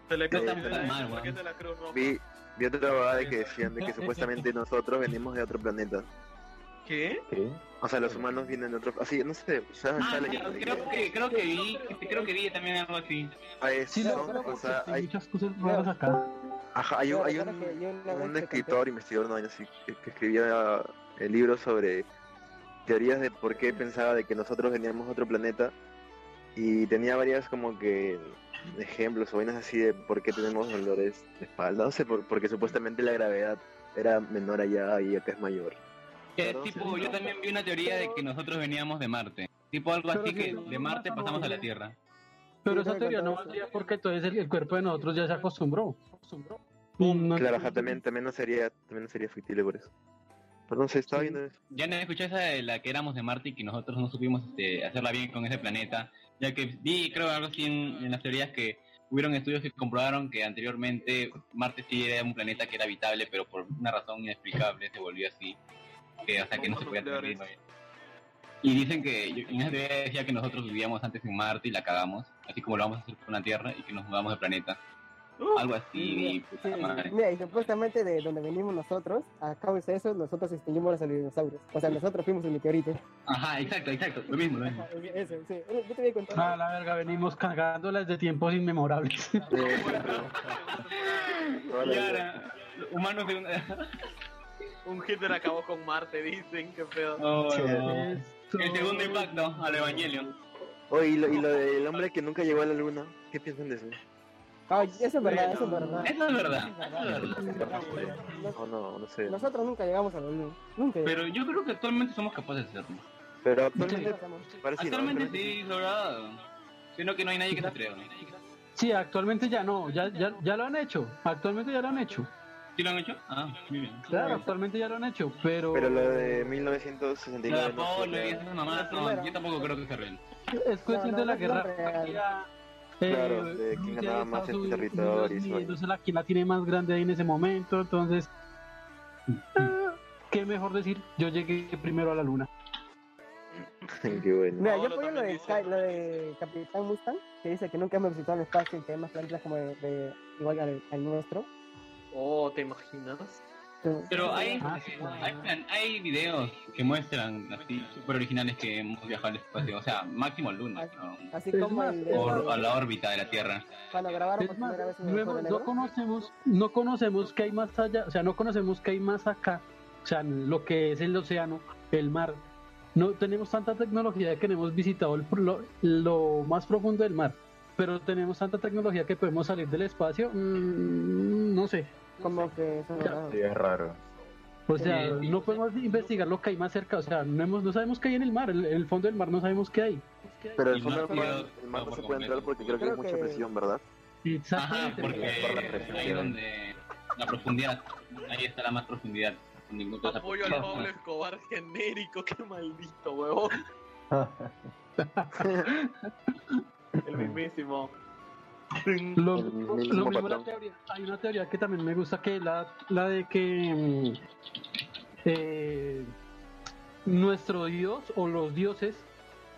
C: Se le
D: No
C: cae
D: está
C: de
A: tan mal, Ah,
C: la
A: weón.
C: chaqueta de la Cruz Roja.
D: Vi, vi otra babada de que decían de que supuestamente nosotros venimos de otro planeta.
C: ¿Qué?
E: ¿Qué?
D: O sea, los humanos vienen de otro... Así, no sé, ¿sabes?
A: Ah,
D: Está
A: sí,
D: leyendo de
A: creo que, creo que vi, creo que vi también algo así.
D: hay-
F: Sí,
D: son-
F: no, pero
D: o
F: porque
D: sea,
F: hay
D: hay,
F: muchas cosas raras acá.
D: ajá, hay un, hay
B: Recuerdo que
D: un,
B: yo una vez
D: un
B: te conté-
D: escritor, investigador, no, así, que, que escribía eh, el libro sobre teorías de por qué pensaba de que nosotros veníamos de otro planeta y tenía varias como que ejemplos o vainas así de por qué tenemos dolores de espalda, no sé, por- porque supuestamente la gravedad era menor allá y acá es mayor.
A: Que
D: Claro,
A: tipo,
D: sí.
A: yo también vi una teoría de que nosotros veníamos de Marte. Tipo algo
F: Pero
A: así
F: que
A: que
F: no,
A: de
F: no
A: Marte
F: pasa
A: pasamos a la
F: nada.
A: Tierra.
F: Pero
B: Sí,
F: esa
B: no,
F: teoría no
B: no, no.
F: valdría porque entonces el, el cuerpo de nosotros ya se acostumbró. Mm, No-
D: Claro, ajá, también, también no sería, también no sería factible por eso. Pero no sé, estaba
F: Sí.
D: viendo eso.
A: Ya no escuché esa de la que éramos de Marte y que nosotros no supimos este, hacerla bien con ese planeta. Ya que vi, creo, algo así en, en las teorías que hubieron estudios que comprobaron que anteriormente Marte sí era un planeta que era habitable, pero por una razón inexplicable se volvió así. Que, o sea, que no se podía tener
C: Nucleares.
A: vida. Y dicen que yo- en esa teoría decía que nosotros vivíamos antes en Marte y la cagamos, así como lo vamos a hacer con la Tierra y que nos mudamos de planeta. Algo así, y puta madre.
B: Mira, y supuestamente de donde venimos nosotros, a causa de eso, nosotros extinguimos a los dinosaurios. O sea, nosotros fuimos el meteorito.
A: Ajá, exacto, exacto, lo mismo, lo mismo.
B: Eso, sí. Yo te voy a contar.
A: Ah,
F: A la verga, venimos cagándolas de tiempos inmemorables.
D: Eh, Hola,
A: Y ahora, humanos de una...
C: Un Hitler acabó con Marte, dicen, qué pedo.
A: Oh,
D: Sí.
A: no.
F: Esto-
A: El segundo impacto al Evangelio.
D: Oye, y lo, y lo del hombre que nunca llegó a la luna, ¿qué piensan de eso?
B: Ah, eso es verdad, eso es verdad.
A: Eso es verdad.
D: O no, no sé.
B: Nosotros nunca llegamos a la luna. Nunca llegamos.
A: Pero yo creo que actualmente somos capaces de hacerlo.
D: Pero
B: Nunca
D: actualmente
B: llegamos.
D: parece ¿no?
A: Actualmente
D: Parece-
A: sí, sobrado. Sino que no hay nadie que se atreva. ¿no?
F: Sí, actualmente ya no, ya, ya, ya lo han hecho. Actualmente ya lo han hecho.
A: ¿Sí lo han hecho? Ah, muy bien.
F: Claro, actualmente ya lo han hecho, pero,
D: Pero lo de
A: Lo de
D: 1969 no
A: Apolo y
D: fue
A: esas mamadas, no, yo tampoco creo que sea real.
F: es
B: No,
F: cuestión
B: no,
F: de la
B: no,
F: guerra.
B: no, real.
F: Ya, eh,
D: Claro, de quién
F: Rusia y
D: ganaba más
F: Estados
D: en
F: Unidos,
D: territorio y
F: Estados
D: eso.
F: Unidos, la, que la tiene más grande ahí en ese momento, entonces, ah, qué mejor decir, yo llegué primero a la luna.
D: nada. Qué bueno.
B: Mira,
C: Ahora
B: yo apoyo lo
C: también
B: de,
C: dice-
B: Sky- lo de Capitán Mustang, que dice que nunca hemos visitado el espacio y que hay más planetas como de, de- igual al, al nuestro.
C: Oh, ¿te imaginas?
B: Entonces,
A: Pero hay,
F: Ah, sí, claro.
A: hay, plan- hay videos que muestran así, super originales que hemos viajado al espacio. O sea, máximo Luna, ¿no?
B: Así
F: Es
B: como
F: más,
B: el de-
A: O a la órbita de la Tierra.
B: cuando grabaron por
F: Es más,
B: primera vez en el
F: luego,
B: Foro
F: no
B: Negro.
F: conocemos, no conocemos que hay más allá, o sea, no conocemos que hay más acá, o sea, lo que es el océano, el mar. No tenemos tanta tecnología que no hemos visitado el pro- lo, lo más profundo del mar, pero tenemos tanta tecnología que podemos salir del espacio, mm, no sé.
B: Como que eso, ¿verdad?
E: Sí, es raro.
F: O sea,
A: Sí.
F: no podemos investigar lo que hay más cerca, o sea, no, hemos, no sabemos qué hay en el mar, en el fondo del mar no sabemos qué hay.
D: Pero
A: Y
D: el fondo
A: no
D: del mar,
A: quiero-
D: el mar
A: no,
D: no se
A: por
D: puede entrar
A: completo.
D: porque creo que
B: Creo
D: hay mucha
B: que-
D: presión, ¿verdad?
A: Ajá,
F: Exactamente.
A: porque
D: Por la presión
A: ahí
D: que
A: donde la profundidad, ahí está la más profundidad. Con ningún cosa-
C: Apoyo al Pablo Escobar genérico, qué maldito, huevón. El mismísimo.
F: Lo,
D: El mismo
F: lo mismo la
D: patrón.
F: teoría. Hay una teoría que también me gusta, que es la, la de que mm, eh, nuestro dios o los dioses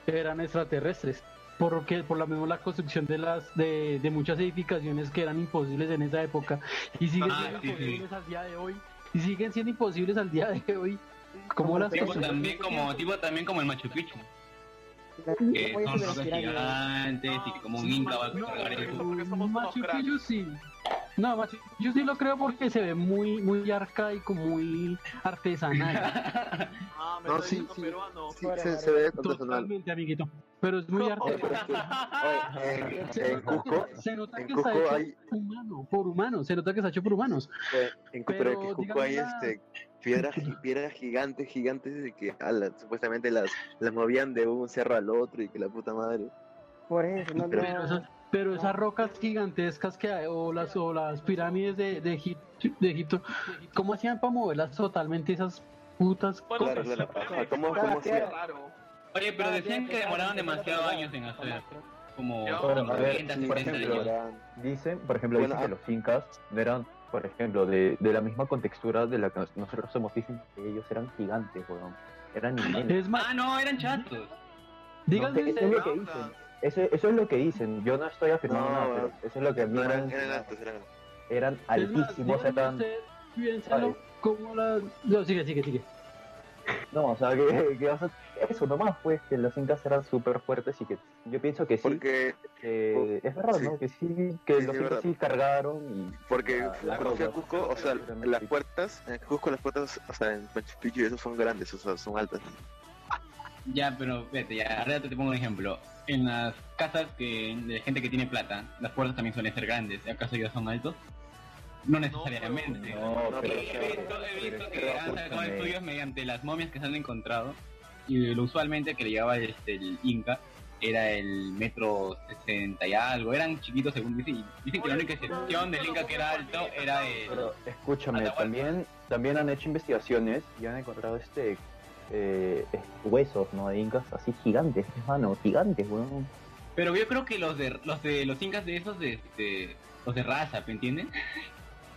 F: eran extraterrestres, porque por la misma la construcción de las de, de muchas edificaciones que eran imposibles en esa época y siguen
A: Ah,
F: siendo
A: sí, sí.
F: imposibles al día de hoy y siguen siendo imposibles al día de hoy. ¿Cómo las
B: el
A: Tipo
B: Pegaso.
A: también como, tipo también como el Machu Picchu,
B: La-
A: que
B: como
A: son
B: esas
A: rocas
B: pirámides.
A: gigantes y como un inca va a cargar eso.
C: porque somos unos
F: Machu
C: cracks.
F: Picchu sí. No, Machu Picchu sí lo creo porque se ve muy, muy arcaico, muy artesanal.
C: Ah, me
D: No,
C: está
D: sí,
C: diciendo
D: sí.
C: peruano.
D: Sí,
B: Fuera,
D: se,
B: madre.
D: se ve personal.
F: Totalmente, amiguito. Pero es muy
D: Oye, pero
F: artesanal.
D: es que-
A: Ah.
D: oye, en,
F: Se
D: en
F: nota que-
D: Cusco,
F: se nota
D: en
F: que
D: Cusco
F: está hecho
D: hay-
F: humano, por humanos, se nota que está hecho por humanos.
D: eh, en, Cusco- pero
F: Pero,
D: en Cusco hay
F: digamos,
D: este, piedras, gi- piedras gigantes, gigantes de que ala, supuestamente las, las movían de un cerro al otro y que la puta madre.
B: Por eso, no,
D: Pero-
F: Pero,
B: no.
F: esas, pero esas rocas gigantescas que hay, o las, o las pirámides de, de, Egipto, de Egipto, ¿cómo hacían para moverlas totalmente esas putas
C: Bueno,
D: Claro,
C: sí,
D: claro.
C: sí,
D: Ajá, ¿cómo-
C: claro,
B: cómo
C: qué
B: hacía?
C: raro.
A: Oye, pero
B: Ah,
A: decían
B: ya,
A: que
B: ya,
A: demoraban
B: ya, ya,
A: demasiados
B: ya,
A: años en
B: ya,
A: hacer,
B: ya.
A: como
C: Ya,
E: Bueno, a ver,
A: 40,
D: sí,
E: por
A: 70
E: ejemplo,
A: años.
D: ahora- ah.
E: Dicen, por ejemplo, dicen que los incas no eran por ejemplo, de, de la misma contextura de la que nos- nosotros somos, dicen que ellos eran gigantes, weón. Eran nenes.
F: Es más,
A: Ah, no, eran chatos.
F: díganme
E: Eso es
F: ustedes-
E: lo que dicen. Eso, eso es lo que dicen. Yo no estoy afirmando
D: No,
E: nada,
D: weón.
E: pero eso es lo que a mí
D: No,
E: me han
D: eran, eran
E: enseñado.
D: altos, eran altos.
E: Eran
F: es más,
E: altísimos,
F: díganme
E: eran...
F: ustedes, piénsenlo
E: ¿sabes?
F: como la... No, sigue, sigue, sigue.
E: No, o sea, que, que vas a- Eso nomás, pues, que los incas eran súper fuertes y que yo pienso que sí.
D: Porque, Oh,
E: que es verdad,
D: sí.
E: ¿no? Que sí, que
D: Sí,
E: los
D: sí,
E: incas
D: verdad.
E: sí cargaron y...
D: porque
E: la- la
D: cuando fui a
E: roca.
D: Cusco, o sea, las puertas, en Cusco las puertas, o sea, en Machu Picchu, esos son grandes, o sea, son altas.
A: Ya, pero vete, ya, ahora te pongo un ejemplo. En las casas que, de gente que tiene plata, las puertas también suelen ser grandes. ¿Acaso ya son altos? No necesariamente.
E: No,
D: No,
E: pero...
D: pero-
A: He visto, he visto
E: pero-
D: este
A: que
E: pero-
A: han sacado
E: escúchame,
A: estudios mediante las momias que se han encontrado y lo usualmente que le llevaba este, el Inca era el metro 60 y algo, eran chiquitos según dicen, y dicen que la única excepción del Inca que era alto era el...
E: Pero escúchame,
A: Atahualpa.
E: también, también han hecho investigaciones y han encontrado este eh, es- huesos, ¿no? De incas así gigantes, hermano, gigantes, weón.
A: Pero yo creo que los de los de los Incas de esos de este, los de raza, ¿me entiendes?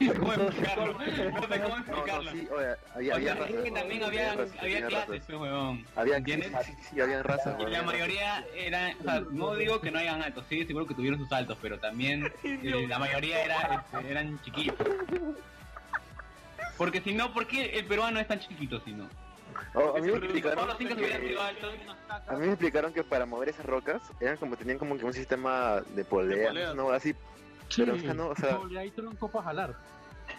A: No sé ¿Cómo explicarlo? No sé cómo
D: No, no,
A: explicarlo.
D: sí, oye, había,
A: O
D: había
A: sea, es que
D: razas,
A: también
D: ¿no?
A: había,
D: razas,
A: había
D: razas.
A: clases, pues, huevón.
D: Habían, sí,
A: ¿Entiendes?
D: sí, sí, habían razas,
A: Y
D: weón,
A: la
D: habían razas.
A: mayoría eran, o sea, no digo que no hayan altos, sí, seguro que tuvieron sus altos, pero también eh, la mayoría era, este, eran chiquitos. Porque si no, ¿por qué el peruano es tan chiquito si no?
D: Oh, a mí me
A: Porque si todos
D: explicaron
A: los incas
D: que-
A: hubieran sido altos,
D: A mí me explicaron que para mover esas rocas eran como tenían como que un sistema de
C: De
D: poleas,
C: poleas.
D: no así. Pero, o sea, no, o sea-
F: Doble ahí tronco para jalar.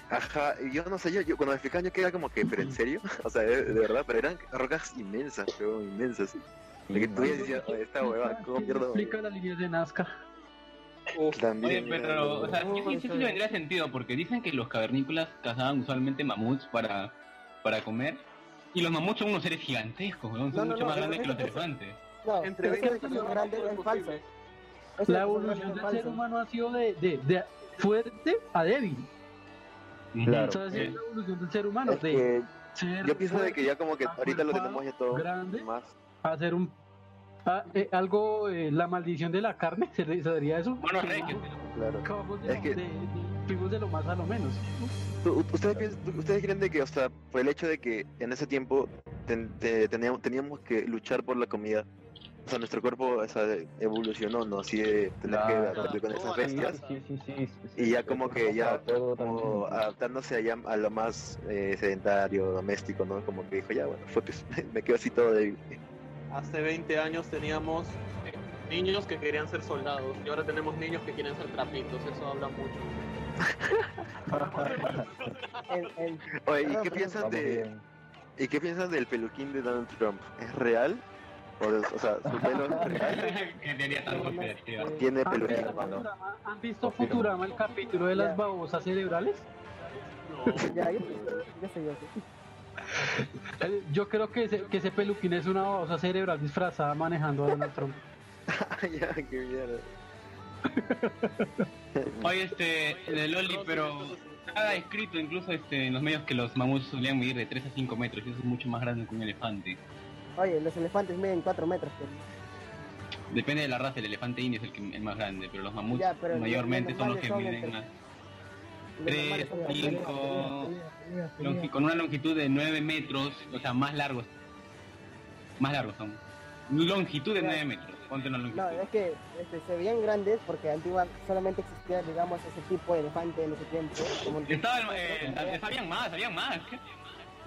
D: Ajá, y yo no sé, yo, yo cuando me explicaban yo quedaba como que, pero en serio, o sea, de, de verdad, pero eran rocas inmensas, pero inmensas. De que tú ya decías, "Oye, esta huevada, ¿cómo
F: ¿Quién
D: mierda?
F: Explica las líneas de Nazca.
A: Oye,
D: También.
A: pero, o sea,
B: No,
A: yo sí, sí, sí
B: eso es.
A: le vendría sentido, porque dicen que los cavernícolas cazaban usualmente mamuts para, para comer, y los mamuts son unos seres gigantescos, weón, son
B: No, no,
A: mucho
B: no,
A: más
B: no,
A: grandes que los
B: eso- eso-
A: elefantes.
B: No,
C: Entre
B: pero
C: 20
B: eso
C: y
B: es grande, es falso.
C: posible.
B: Eso
F: La
B: es
F: evolución
B: grande,
F: del ser
B: falso.
F: humano ha sido de, de, de fuerte a débil.
A: Ujú.
E: Claro.
F: Entonces,
A: sí.
F: es la evolución del ser humano.
D: es
F: De
D: que
F: ser
D: yo pienso de
F: fuerte
D: que ya como que ahorita lo tenemos ya todo
F: grande
D: más.
F: a ser un. a- eh, algo, eh, la maldición de la carne, ¿se le- se diría eso?
A: Bueno,
F: Que
A: rey, que-
E: Claro.
F: acabamos de,
D: Es que-
F: de- de- fuimos de lo más a lo menos.
D: ¿Tú- ¿Ustedes, piens- ustedes creen de que, o sea, por el hecho de que en ese tiempo ten- te- teníamos, teníamos que luchar por la comida? O sea, nuestro cuerpo o sea, evolucionó, ¿no? Así de tener que
E: Claro.
D: adaptarte con esas
C: Sí,
D: bestias.
E: Sí, sí, sí, sí, sí.
D: Y ya como que ya
E: Todo
D: como
E: también.
D: adaptándose allá a lo más eh, sedentario, doméstico, ¿no? Como que dijo, ya, bueno, fue, pues, me quedo así todo débil.
C: Hace 20 años teníamos eh, niños que querían ser soldados y ahora tenemos niños que quieren ser trapitos, eso habla mucho.
B: El- el-
D: Oye,
B: Claro,
D: ¿y qué
B: claro.
D: piensas
E: Ah, pues, Vamos
D: de,
E: bien.
D: ¿y qué piensas del peluquín de Donald Trump? ¿Es real? O, de- o sea, su pelo es real,
A: que tenía tan conspirativa.
E: Ah,
D: tiene
F: Ah, ¿Han
D: peluquín,
F: visto,
E: hermano.
F: Futurama, ¿Han visto
E: Confirmo.
F: Futurama el capítulo de
B: Ya.
F: las babosas cerebrales?
C: No,
B: Ya, yo, yo sé, yo sé.
F: Eh, Yo creo que ese, que ese peluquín es una babosa cerebral disfrazada manejando a Donald Trump.
D: ya, qué mierda.
A: Oye, este, de Loli, pero estaba escrito incluso este, en los medios que los mamuts solían medir de 3 a 5 metros, y eso es mucho más grande que un elefante.
B: Oye, los elefantes miden 4 metros. pero-
A: Depende de la raza, el elefante indio es el, que, el más grande, pero los mamuts
B: Ya, pero los
A: mayormente son los que
B: normales son
A: miden
B: entre-
A: más.
B: los
A: Tres,
B: normales son de-
A: cinco. Longi- con una longitud de 9 metros, o sea, más largos. Más largos son. Longitud de
B: Ya.
A: 9 metros. Ponte una longitud.
B: No, es que este, se veían grandes porque antigua solamente existía, digamos, ese tipo de elefante en ese tiempo. como un-
A: Estaba el- eh, eh, sabían más, sabían más. El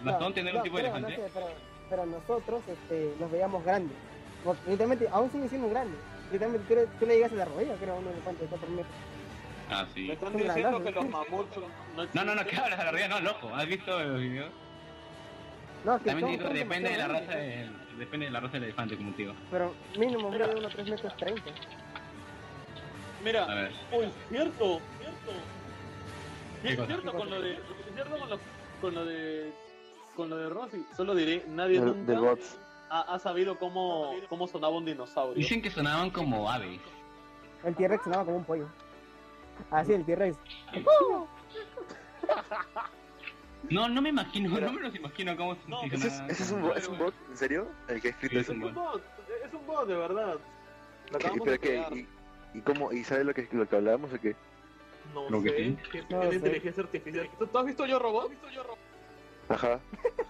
B: No,
A: Mastodonte no era
B: no,
A: un tipo de
B: pero, no
A: elefante.
B: sé, pero, pero nosotros este, nos veíamos grandes. Porque, literalmente, aún siguen siendo grandes. Literalmente, tú, le- tú le llegas a la rodilla, creo, a un elefante de 4 metros.
A: Ah, sí.
C: me están diciendo que los mamuts
A: No, no, no, ¿qué
C: existen.
A: hablas a la realidad? No, loco. ¿Has visto los videos?
B: No, es que
A: También
B: son-
A: digo,
B: son
A: depende de la
B: demasiado
A: raza
B: grandes,
A: del, depende de la raza del elefante, como te digo.
B: Pero mínimo, mide unos 3 metros 30.
A: A
C: Mira,
A: ver.
C: oh, es cierto, cierto.
A: ¿Qué
C: Es
A: cosa?
C: cierto con lo de, es cierto con lo, con lo de, con lo de Rossi. Solo diré, nadie
D: Del-
C: nunca
D: del bots.
C: ha, ha sabido cómo, cómo sonaba un dinosaurio.
A: Dicen que sonaban como aves.
B: El T-Rex sonaba como un pollo. Así, el T-Rex.
A: No, no me imagino,
D: Pero-
A: no me los imagino cómo
C: No,
A: si
D: ¿Ese es,
A: sonaban
D: ese es un,
A: como-
D: bo- es un bot? ¿En serio? ¿El que ha escrito
A: Sí,
D: es
C: Es
D: un bot?
C: un bot, es un bot de verdad. Lo
D: ¿Y,
C: acabamos
D: pero
C: de
D: qué?
C: crear.
D: ¿Y, y cómo? ¿Y sabes lo que, lo que hablábamos o qué?
C: No
A: Creo
C: sé,
A: que sí.
C: ¿qué
B: No
C: es
B: sé.
C: inteligencia artificial? ¿Tú, tú has visto Yo Robot?
D: Ajá.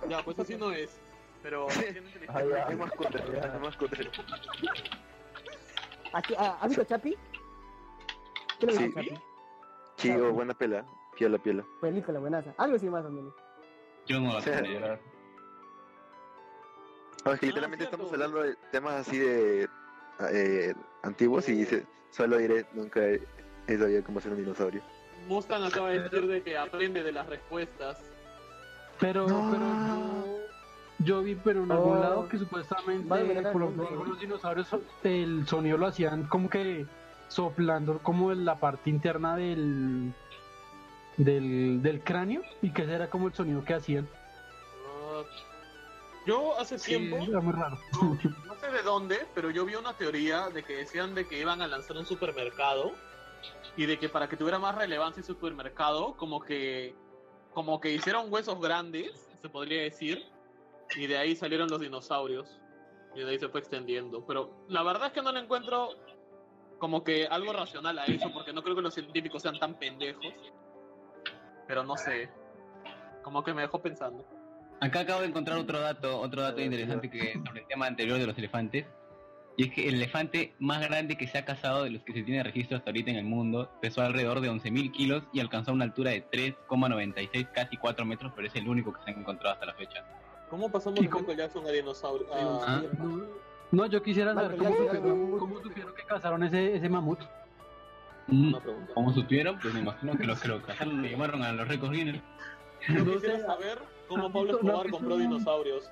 C: Ya, pues así no es. Pero tiene inteligencia
E: Ah, ya.
D: Es más cutre, es más cutre.
B: Aquí, ah, ¿Has visto Chapi? ¿Qué le
D: Sí.
B: gusta Chapi?
D: Chido, buena pela. Piola, piola.
B: Película buenaza. Algo así más o menos.
A: Yo no voy a
D: Sí.
A: tener.
D: No, es que
C: Ah,
D: literalmente estamos
C: cierto.
D: hablando de temas así de eh, antiguos y dice, solo diré, nunca he, he sabido cómo ser un dinosaurio.
C: Mustang acaba de decir de que aprende de las respuestas.
F: Pero, pero yo, yo vi, pero en algún
B: Oh.
F: lado que
B: Vale, mira,
F: supuestamente
B: mira,
F: por
B: mira, mira.
F: los dinosaurios so- el sonido lo hacían como que soplando como en la parte interna del del, del cráneo y que ese era como el sonido que hacían.
C: Ah, Yo hace tiempo,
F: era muy raro.
C: no, no sé de dónde, pero yo vi una teoría de que decían de que iban a lanzar un supermercado y de que para que tuviera más relevancia el supermercado, como que como que hicieron huesos grandes, se podría decir, y de ahí salieron los dinosaurios. Y de ahí se fue extendiendo. Pero la verdad es que no le encuentro como que algo racional a eso, porque no creo que los científicos sean tan pendejos. Pero no sé. Como que me dejó pensando.
A: Acá acabo de encontrar otro dato, otro dato interesante que sobre el tema anterior de los elefantes. Y es que el elefante más grande que se ha cazado de los que se tiene registro hasta ahorita en el mundo pesó alrededor de 11.000 kilos y alcanzó una altura de 3,96, casi 4 metros, pero es el único que se ha encontrado hasta la fecha.
C: ¿Cómo pasamos
F: ¿Y
C: de
F: cómo?
C: Michael Jackson a dinosaurio?
A: Ah.
C: A...
F: No, no, yo quisiera saber
B: Michael Jackson
F: cómo
B: era
F: supieron,
B: muy-
F: cómo supieron que cazaron ese, ese mamut.
A: Mm,
C: Una pregunta.
A: Como supieron, pues me imagino que los que lo cazaron lo llamaron a los récords Guinness.
C: Yo
F: No
C: quisiera
F: sé,
C: saber
F: ¿has
C: cómo Pablo
F: visto- no
C: Escobar
F: has visto
C: compró
F: un-
C: dinosaurios.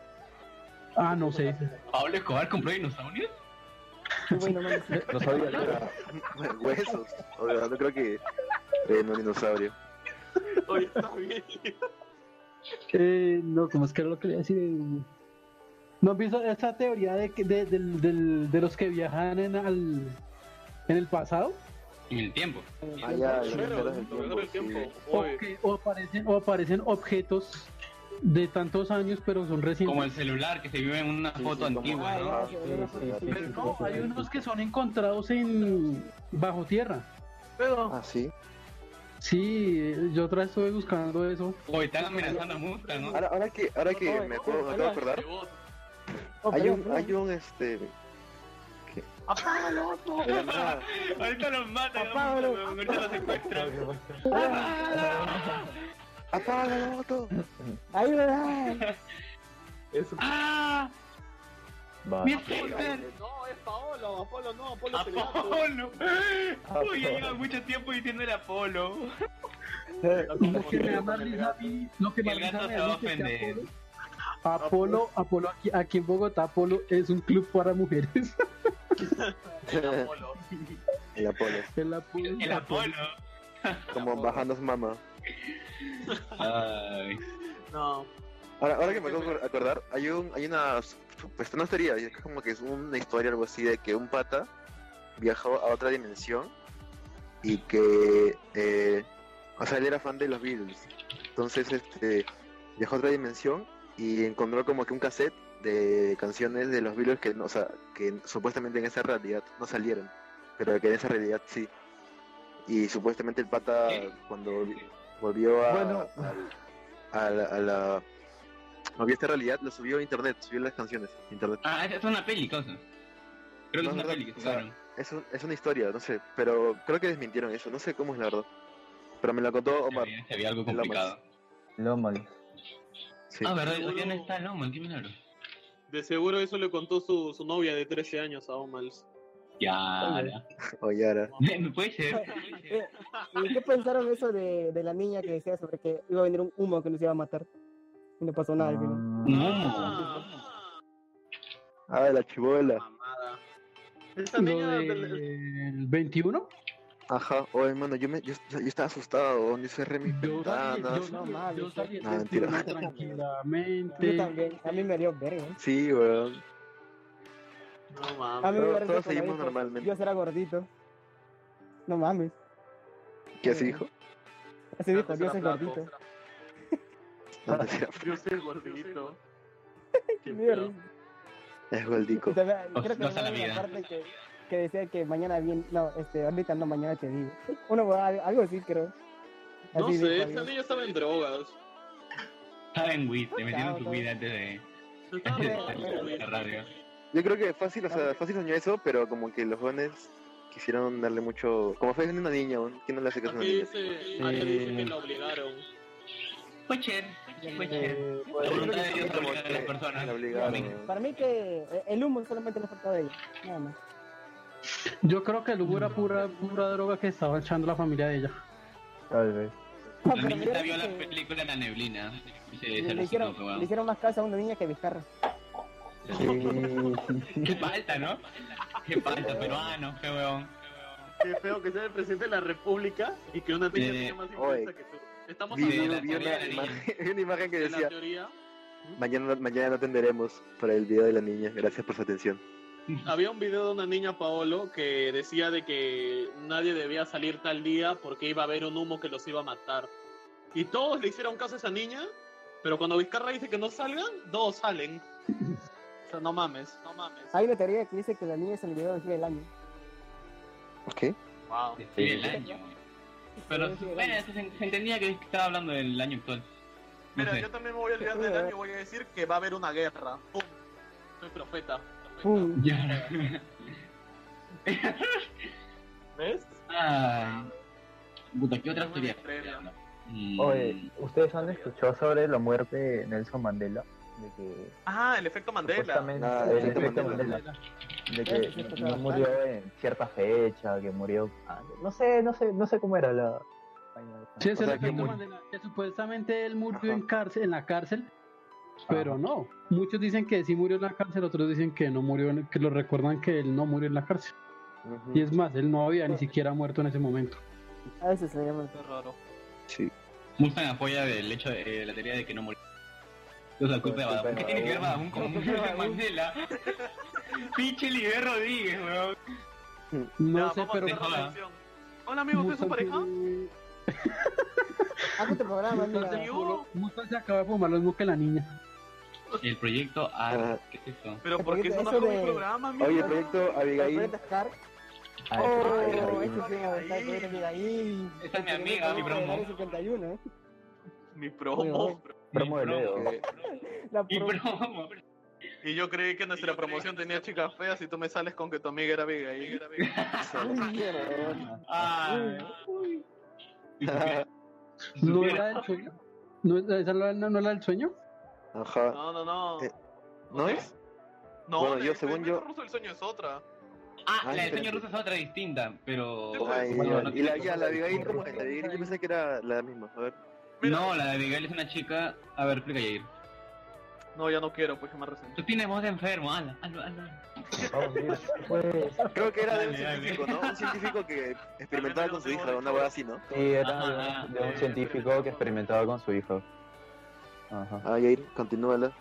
F: Ah, no sé.
A: ¿Pablo Escobar compró dinosaurios?
B: Qué bueno, mano.
E: No sabía que era.
D: Huesos. O sea, no creo que eh, no un dinosaurio.
C: Oye, está bien.
F: Eh, no, como es que era lo que le iba a decir. eh, No pienso esa teoría de, que- de, del- del- de los que viajan en, al- en el pasado
A: En el tiempo.
D: Allá,
C: Lo
D: los
C: primero,
D: viajeros del
C: lo primero del
D: tiempo,
C: tiempo.
F: o,
C: Oye,
F: que- o aparecen, o aparecen objetos de tantos años pero son recientes.
A: Como el celular que se vio en una
D: Sí,
A: foto
D: sí, como-
A: antigua, ¿no?
D: Ajá,
B: Ah, ya,
D: sí,
B: ya,
D: sí,
F: Pero
D: sí,
F: no,
D: sí,
F: hay
D: sí.
F: unos que son encontrados en bajo tierra.
C: pero
D: Ah, sí.
F: Sí, eh, yo otra vez estuve buscando eso.
A: Hoy están amenazando a Mustang, ¿no?
D: Ahora, ahora que, ahora que me acuerdo, me acabo de acordar,
C: vos-
B: Oh,
D: hay
B: perdón,
D: un,
B: perdón.
D: hay un este.
C: ¡Apágalo, no!
A: Ahorita los matan,
B: Apágalo.
A: ¿no? ahorita los secuestran.
D: ¡Apaga la moto!
B: Ahí va.
C: Eso-
A: ¡Ah!
E: Va.
A: ¡Mi Spencer!
C: No, es Paolo, Apolo no, Apolo
D: Ah,
C: es el gato.
A: ¡Apolo! Uy, ya lleva mucho tiempo diciéndole Apolo.
F: Lo que me da más risa a mí- lo que más
A: El
F: risa
A: gato
F: me
A: se
F: da
A: va a
F: es que
A: ofender.
F: Apolo, Apolo aquí, aquí en Bogotá, Apolo es un club para mujeres.
C: Apolo.
D: El Apolo.
F: El Apolo.
A: El Apolo.
D: Como bajando su mamá.
A: Ay.
C: No,
D: Ahora, ahora que me acabo de acordar, hay un, hay una, pues no teoría, es como que es una historia algo así de que un pata viajó a otra dimensión y que, eh, o sea, él era fan de los Beatles, entonces este viajó a otra dimensión y encontró como que un cassette de canciones de los Beatles que, no- o sea, que supuestamente en esa realidad no salieron, pero que en esa realidad sí. Y supuestamente el pata cuando volvió a,
E: Bueno.
D: al- a la, a la- a esta realidad, lo subió a internet, subió las canciones a internet.
A: Ah, esa es una peli, cosas. Creo que
D: No,
A: es una
D: no,
A: peli que
D: o sea,
A: sacaron.
D: Es, un- es una historia, no sé, pero creo que desmintieron eso, no sé cómo es la verdad. Pero me la contó Omar.
A: Se había algo
D: Lomas.
A: complicado.
E: Lomas.
D: Sí.
A: Ah, verdad, hoy día no está Loman, qué milagro.
C: de seguro eso le contó su, su novia de 13 años a Omals.
A: Ya, ya.
D: Oye, ahora.
A: Me puede ser.
B: Eh, ¿Y qué pensaron eso de, de la niña que decía sobre que iba a venir un humo que nos iba a matar? Y no pasó nada al final.
E: Mm,
A: No.
D: Ah, la chibola.
C: Mamada. Esta niña
F: Lo
C: del-
F: del 21?
D: Ajá, oye, hermano, yo, me, yo, yo estaba asustado, yo cerré mis
F: Yo salí, yo,
D: ventanas.
B: no,
F: yo
B: mames.
F: salí
D: No,
F: del
D: mentira.
F: programa
D: Ah,
B: Yo
F: tranquilamente.
B: también, a mí me dio verga. ¿eh?
D: Sí, weón.
C: No
F: Ah,
B: A mí me
C: mames.
D: Todos-
B: dio verga.
D: todos
B: cuando
D: seguimos
B: dijo,
D: normalmente.
B: Yo será gordito. No mames.
D: ¿Qué así dijo?
B: Así dijo,
C: Antes
B: Dios
C: era
B: es
C: flaco.
B: gordito.
D: No, no, sí,
C: Dios es gordito. Qué
B: Me dio
C: feo.
B: risa.
D: es
B: Y
D: goldico.
B: también,
A: Os-
B: creo que
A: nos a Pues, la
B: me dio
A: vida.
B: la parte que que decía que mañana bien, no, este, ahorita no, mañana te digo. Uno, va- algo así creo.
C: No
B: Así
C: sé,
B: dijo,
C: ese
B: algo.
C: niño estaba en drogas.
A: Saben, Wiz, te
B: Claro,
A: metieron su
B: claro.
A: vida antes de
C: Estaba
A: de
C: drogado,
A: salir a
C: güey.
A: la radio.
D: Yo creo que fácil, o sea, fácil soñó eso, pero como que los jóvenes quisieron darle mucho. Como fue una niña, aún, ¿quién no le hace caso a una
C: Aquí
D: niña?
C: dice, aquí dice que la obligaron.
A: Fue chévere, fue chévere.
B: Eh,
A: La
D: Yo creo
A: voluntad
D: que
A: de
D: sí,
A: Dios
D: como
A: obliga a las
D: que
A: personas.
D: la obligaron.
B: Para mí que eh, el humo solamente le faltó de ella, nada más.
F: Yo creo que el humo era pura, pura droga que estaba echando la familia de ella.
E: Tal vez.
B: No,
A: La
B: pero
A: niñita
B: mira
A: vio la
B: que
A: película La Neblina. y se- se
B: Le, le
A: alucinó,
B: hicieron,
A: fue, weón.
B: le hicieron más caso a una niña que a Vizcarra.
E: Sí, sí,
A: Qué
E: sí.
A: falta, ¿no? Qué falta, peruano, qué weón.
C: Qué feo que sea el presidente de la república y que una niña
A: Eh,
C: tenga más
D: oye.
C: influencia que tú. Estamos
D: Vi,
A: Sí,
D: vi
A: la
D: una,
C: hablando
D: vi
A: teoría de la
D: una
A: niña.
D: imagen, vi una imagen que
C: de la
D: decía:
C: teoría.
D: mañana, mañana no atenderemos para el video de la niña. Gracias por su atención.
C: Había un video de una niña, Paolo, que decía de que nadie debía salir tal día porque iba a haber un humo que los iba a matar. Y todos le hicieron caso a esa niña, pero cuando Vizcarra dice que no salgan, todos salen. O sea, no mames, no mames.
B: Hay una teoría que dice que la niña se olvidó de decir el año.
D: Ok.
C: Wow.
A: Sí, el año. Pero
B: Sí,
A: bueno, se, se entendía que estaba hablando del año actual. No
C: Mira,
A: sé.
C: yo también me voy a olvidar del año y voy a decir que va a haber una guerra. ¡Pum! Soy profeta. profeta.
B: Pum.
A: Ya.
C: ¿Ves?
A: Ay. Puta, ¿qué otra
C: Muy
A: teoría?
C: extrema.
A: Mm,
E: Oye, ¿ustedes han escuchado sobre la muerte de Nelson Mandela? De que
C: Ah, el efecto Mandela.
E: supuestamente
D: Ah,
E: el
D: efecto
E: efecto
D: Mandela.
E: Mandela, de
B: Eso sí
E: que
B: escuchaba
E: no murió en cierta fecha, que murió ah, no sé, no sé, no sé cómo era la vaina esa. ah,
F: Sí, es
D: O
F: el
D: sea, que
F: efecto
D: mur-
F: Mandela, que supuestamente él murió
D: Ajá.
F: en, cárcel, en la cárcel, pero
E: Ajá.
F: no. Muchos dicen que sí murió en la cárcel, otros dicen que no murió, en- que lo recuerdan que él no murió en la cárcel. Y es más, él no había ni siquiera muerto en ese momento.
B: A veces se llama.
C: Qué raro.
D: Sí.
A: Mustang apoya del hecho de eh, la teoría de que no murió. O sea, culpa de
E: Culpa de
A: Badabun. ¿Qué tiene que ver Badabun
E: Badabun.
A: con Mandela? Pinche Liber Rodríguez, weón.
F: No
C: Ya,
F: sé,
C: vamos a
F: pero.
A: hacer
C: cerrar la
A: Joda.
C: sección. Hola amigos, ¿qué es su pareja?
F: tiene-
B: Haz Ah, otro programa, mira.
F: Mustang se
C: Yo-
F: fumó- Mustang se acaba de fumar los mocos de la niña.
A: El proyecto
D: Ah.
A: A. ¿Qué es eso?
C: Pero porque
B: Eso
C: eso no es
B: de-
C: un programa, amigo.
D: Oye, el proyecto
B: El
D: Abigail.
B: planeta Scar. este
E: Ah,
B: Oh,
E: el
B: este
E: efecto
B: sí
E: Mandela.
B: me gusta, el planeta Abigail.
A: Esa es mi amiga, mi
B: Del
A: promo.
B: área 51, ¿eh?
C: Mi
B: Oye,
C: promo.
E: Promo de
A: Mi
E: Leo.
A: promo.
B: La
A: Mi
B: promo.
A: promo.
C: Y yo creí que nuestra promoción tenía chicas feas y tú me sales con que tu amiga era vega. y-
B: Uy, mierda.
E: Ah,
A: Ay.
F: ¿No era del sueño? ¿No, esa no, era- no era del sueño?
D: Ajá.
C: No, no, no.
D: Eh, ¿No es?
C: No,
D: bueno,
C: la
D: yo,
C: de
D: según
C: Experimento
D: yo-
C: Ruso del sueño es otra.
A: Ah, la del
D: Ay,
A: sueño
D: espérate.
A: ruso es otra distinta, pero.
D: Ay,
A: Bueno,
D: Dios.
A: no
D: y
A: tiene
D: la, ya, la Abigail,
E: Ay,
D: ¿cómo es? La Abigail, yo pensé que era la misma. A ver.
C: Mira,
A: No, la de Abigail es una chica. A ver, explica Jair.
C: No, ya no quiero, pues que me resentí.
A: Tú tienes voz de enfermo, ala, ala, ala.
E: Vamos, mira, pues,
D: Creo que era de un
A: Dale, dale.
D: científico, ¿no? Un científico que experimentaba con su hija, una hueá así, ¿no?
E: sí,
A: Ajá,
E: era de un- de
C: eh,
E: un científico que experimentaba con su hijo. Ajá.
D: Ah, Jair, continúala.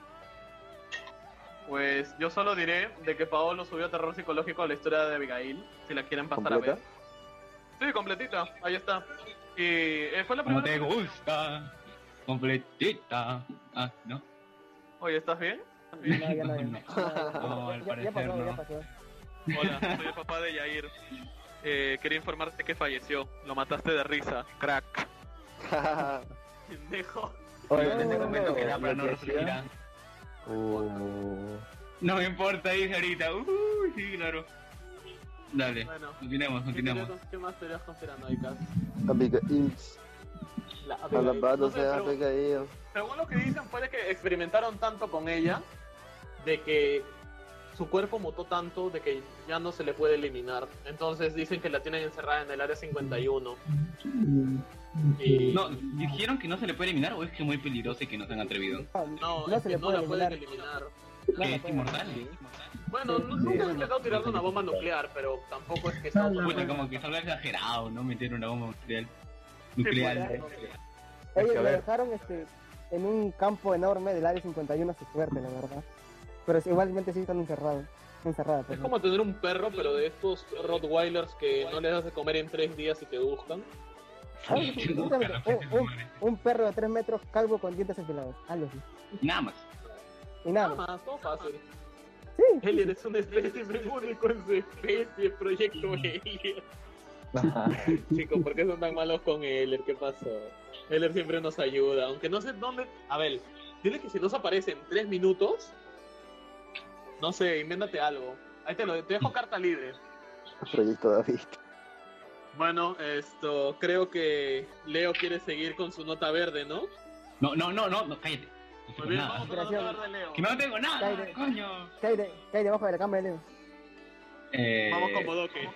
C: Pues yo solo diré de que Paolo subió terror psicológico a la historia de Abigail, si la quieren pasar a
D: ¿Completa?
C: ver. Sí, completita, ahí está. Y eh, fue la
A: Como
C: primera...
A: te gusta. Completita. Ah, ¿no?
C: Oye, ¿estás bien?
B: No, ya no, ya no.
A: No, al
B: Ya- ya
A: parecer
B: pasó, ya
A: no.
B: pasó.
C: Hola, soy el papá de Yair. Eh, quería informarte que falleció. Lo mataste de risa, crack. Pendejo.
E: Oye,
B: No,
E: te
A: Te
B: no,
A: comento
E: comento
A: que era
E: la
A: este para no
E: policía-
A: resucitar.
E: Uh,
A: No me importa, dice ahorita. Uy, sí, claro. Dale,
C: Bueno,
A: continuemos,
C: ¿qué
A: continuemos.
C: teorías- ¿qué más teorías conspiranoicas?
D: Abigail,
C: La
D: alabado
C: No sé,
D: sea
C: pero-
D: Abigail.
C: Según lo que dicen fue de que experimentaron tanto con ella de que su cuerpo mutó tanto de que ya no se le puede eliminar. Entonces dicen que la tienen encerrada en el área 51. Y
A: No, dijeron que no se le puede eliminar o es que es muy peligroso y que no este, se han atrevido.
C: no,
B: No
C: es
B: se
C: que
B: le
C: no
B: puede
C: la pueden
B: eliminar.
C: eliminar.
A: Que
B: No se
A: es
B: puede.
A: inmortal.
C: Bueno, no- nunca han intentado tirarle una bomba nuclear, pero tampoco es que
F: No,
C: Estados
F: no.
C: Unidos-
A: Puta, como que es algo exagerado, ¿no? Meter una bomba nuclear.
C: Sí,
A: Nuclear.
C: pues, ya.
E: Es
B: Oye,
E: que, a
B: lo
E: ver.
B: dejaron este, en un campo enorme del área 51, su suerte, la verdad. Pero es- igualmente sí están encerrados. pues, Encerradas,
C: Es
B: perdón.
C: como tener un perro, pero de estos Rottweilers que no les das de comer en tres días y te buscan.
B: Ay, sí, justamente, un, un- un perro de 3 metros calvo con dientes afilados. Algo así.
A: Nada más.
B: Ah, Y nada,
C: Nada
B: más.
C: más, todo fácil.
B: Sí,
C: Alien es una especie muy único en su especie, proyecto Alien. Chicos, ¿por qué son tan malos con Eller? ¿Qué pasó? Eller siempre nos ayuda, aunque no sé dónde. A ver, dile que si nos aparece en tres minutos, no sé, invéntate algo. Ahí te lo te dejo carta libre.
D: Proyecto David.
C: Bueno, esto, creo que Leo quiere seguir con su nota verde, ¿no?
A: No, no, no, no, no, cállate. No tengo
C: Muy Pues bien,
A: nada.
C: vamos con la nota verde, Leo.
A: Que no tengo nada,
B: Cállate.
A: coño.
B: cae, de- cae debajo de la cámara, Leo.
A: Eh,
C: Vamos con Bodoque.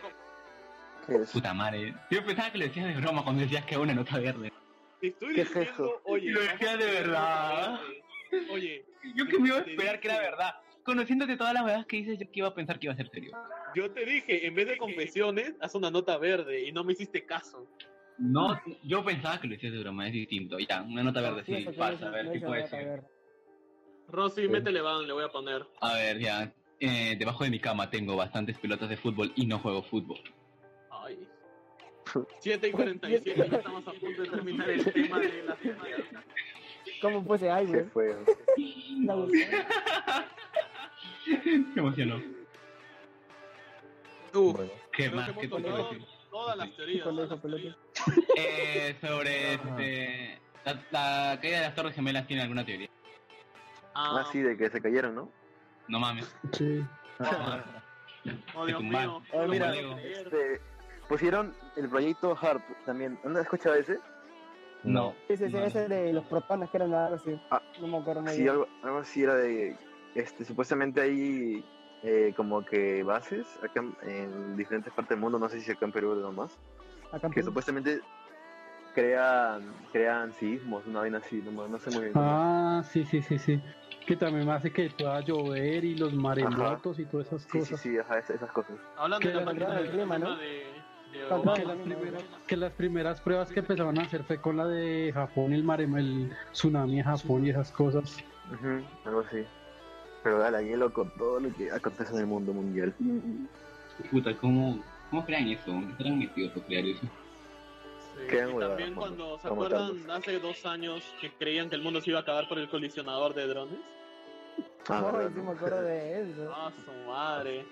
D: ¿Qué eres?
A: Puta madre. Yo pensaba que lo decías de broma cuando decías que una nota verde.
C: Te estoy
D: ¿Qué es
C: diciendo,
D: eso?
C: oye.
A: Lo
C: vamos
A: decía
C: a
A: de
C: seguir con la
A: verdad.
C: nota verde. Oye,
A: Yo que me iba a esperar que era verdad. Conociéndote todas las verdades que dices, yo que iba a pensar que iba a ser serio.
C: Yo te dije, en vez de confesiones, haz una nota verde y no me hiciste caso.
A: No, yo pensaba que lo decías de broma, es distinto. Ya, una nota verde, sí,
B: Confieso que no
A: pasa,
B: hice-
A: a ver
B: no
A: qué
B: hice
A: puede
B: nota
A: decir.
B: verde.
C: Rosy, métele van, le voy a poner.
A: A ver, ya. Eh, debajo de mi cama tengo bastantes pelotas de fútbol y no juego fútbol.
C: Ay. 7 y 47, ya estamos a punto de terminar el tema de la semana.
B: ¿Cómo fuese ay,
D: Se
B: güey?
D: fue.
B: La busqué.
A: Me emocionó.
C: Tú,
E: Bueno,
A: ¿Qué
C: Creo
A: más?
C: que
A: ¿Qué
C: hemos
A: te puedo
C: tocado
A: decir?
C: todas las teorías.
B: Con
C: todas
B: eso,
C: las
B: pelotas.
C: teorías.
A: Eh, sobre
E: Ajá.
A: este, la, la caída de las Torres Gemelas, ¿tiene alguna teoría?
C: Ah,
D: Ah, sí, de que se cayeron, ¿no?
A: No mames.
F: Sí.
C: Oh, ah, Dios
A: Te
C: mío.
A: tumbaron.
C: no lo
D: mira,
C: puedo
A: Leo.
C: creer.
D: Este, pusieron el proyecto HARP también. ¿No has escuchado ese?
A: No.
B: Ese, ese,
A: No, no.
B: ese de los protones que eran algo así.
D: Ah.
B: No me acuerdo muy
D: Sí,
B: bien.
D: algo, algo así era de. Este, supuestamente hay eh, como que bases acá en- en diferentes partes del mundo, no sé si acá en Perú o nomás,
B: Acá en
D: que
B: Perú.
D: supuestamente crean, crean sismos, una vaina así, no, no sé muy bien.
F: Ah, sí, sí, sí, sí. Que también me hace que pueda llover y los maremotos y todas esas
D: sí, sí,
F: cosas.
D: sí, ajá, es- esas cosas.
C: Hablando de
F: Que
C: la
F: la-
C: página
F: la-
C: del
B: el clima,
C: clima
B: ¿no?
C: de. de
B: Contra
F: Que
B: el
C: Obama.
F: las,
B: clima, ¿no?
F: primeras, que las primeras pruebas que empezaron a hacer fue con la de Japón, el maremo, el tsunami en Japón y esas cosas.
D: Ujú, algo así. Pero dale, hielo con todo lo que acontece en el mundo mundial.
A: Puta, ¿cómo, cómo crean eso? ¿Cómo estarán metidos a crear eso?
C: Sí,
D: Qué
C: y
D: huevada,
C: también
D: mano.
C: cuando se
D: Como
C: acuerdan
D: tantos.
C: hace dos años que creían que el mundo se iba a acabar por el colisionador de drones.
D: Ah,
B: Ay,
D: verdad,
B: sí
D: ¿no?
B: me acuerdo de eso.
C: Ah, su madre.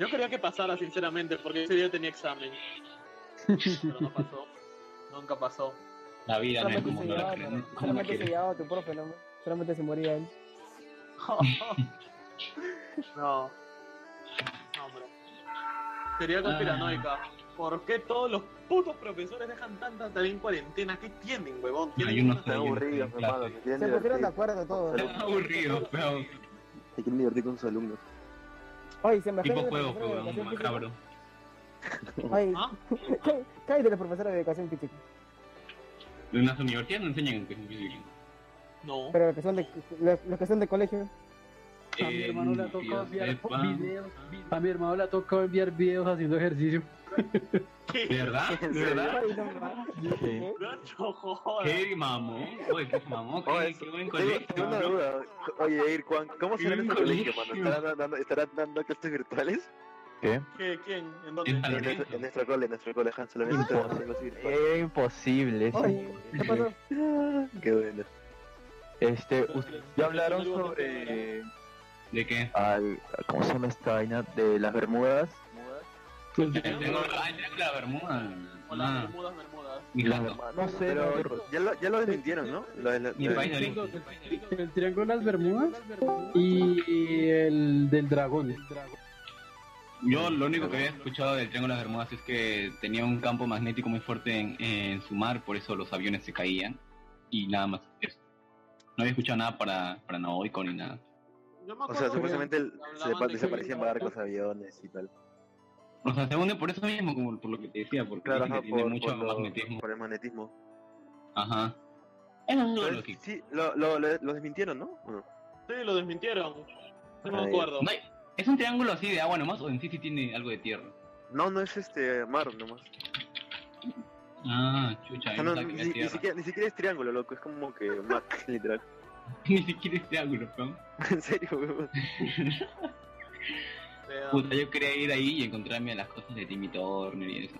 C: Yo quería que pasara, sinceramente, porque ese día tenía examen. Pero no pasó. Nunca pasó.
A: La vida no es
B: Solamente
A: como
B: se
A: no la
B: llevaba,
A: creen.
B: pero-
A: ¿Cómo la
B: solamente se
A: quieren?
B: llevaba a tu profe, ¿no? Solamente se moría él.
C: no. No, hombre. Sería conspiranoica. ¿Por qué todos los putos profesores dejan tanta tarea en cuarentena? ¿Qué tienen, huevón? ¿Tienen
A: Hay unos
C: una-
D: Están aburridos,
A: Clase.
D: hermano, se quieren
B: Se pusieron de
D: divertir.
B: acuerdo todos.
D: Pero-
A: Están aburridos, pero
D: Se quieren divertir con sus alumnos.
B: Ay, se me
A: tipo
B: ofende
A: juego,
B: los profesores de
A: pero
B: educación física.
A: macabro.
B: Ay,
C: ¿Ah?
B: cállate los profesores de educación física.
A: En las universidades no enseñan que es
C: No.
B: Pero los que son de, los, los que son de colegio.
F: A mi
A: Eh,
F: hermano le ha tocado enviar videos. A mi hermano le ha tocado enviar videos haciendo ejercicio.
C: ¿Qué?
A: ¿De verdad?
D: ¿En
A: ¿De verdad?
B: Ay, no, ma.
E: sí.
C: No, jodas.
A: ¿Qué mamón? Oye, qué mamón,
D: Oh,
A: qué
D: es-
A: qué buen
D: Tengo-
A: colegio.
D: tengo una duda. Oye, Ir, Juan, ¿cómo será
A: Qué
D: en ese
A: buen
D: colegio,
A: colegio.
D: mano? ¿Estarán dando, estarán dando clases virtuales?
E: ¿Qué?
C: ¿Qué? ¿Quién? ¿En
A: En
C: dónde?
A: San
D: En
A: Lorenzo.
D: nuestro, en nuestro cole, en nuestro cole, Han, solamente dando clases virtuales.
E: Es imposible. sí.
B: Ay, ¿qué pasó?
D: Qué bueno.
E: Este, ¿ustedes ya hablaron sobre
A: ¿De qué?
E: al, cómo se llama esta vaina de las Bermudas?
A: Tengo ay, tengo la Bermuda.
C: O las
A: Ah,
C: Bermudas, Bermudas.
A: mi lado.
E: No sé,
D: Pero
E: no sé.
D: ya lo, ya lo desmintieron, ¿no? Lo de la-
A: Mi
D: lo de-
A: país de
F: El,
A: origen.
F: el triángulo de las Bermudas y el del dragón.
A: Yo lo único que había escuchado del Triángulo de las Bermudas es que tenía un campo magnético muy fuerte en, en su mar, por eso los aviones se caían y nada más eso. No había escuchado nada para, para Naoico ni nada.
C: Yo me
D: O sea,
C: acuerdo
D: supuestamente el-
C: hablaban
D: se pa-
C: de que-
D: desaparecían barcos, aviones y tal.
A: O sea, se hunde por eso mismo, como por lo que te decía, porque
D: Claro,
A: dicen que
D: ajá,
A: tiene
D: por,
A: mucho
D: por lo-
A: magnetismo.
D: por el magnetismo.
A: Ajá. Eso es todo lo que...
D: Entonces, sí, lo, lo, lo, lo desmintieron, ¿no? ¿O no?
C: Sí, lo desmintieron. No me
D: Ay.
C: acuerdo.
A: No hay- ¿Es un triángulo así de agua nomás o en sí sí tiene algo de tierra?
D: No, no es este mar nomás.
A: Ah, chucha,
D: O
A: yo
D: sea, no,
A: pensaba que
D: ni,
A: era
D: ni
A: tierra.
D: siquiera, ni siquiera es triángulo, loco. Es como que mar, literal.
A: Ni siquiera es triángulo, ¿no?
D: En serio, weón.
C: O sea,
A: Puta, yo quería ir ahí y encontrarme a las cosas de Timmy Turner y eso.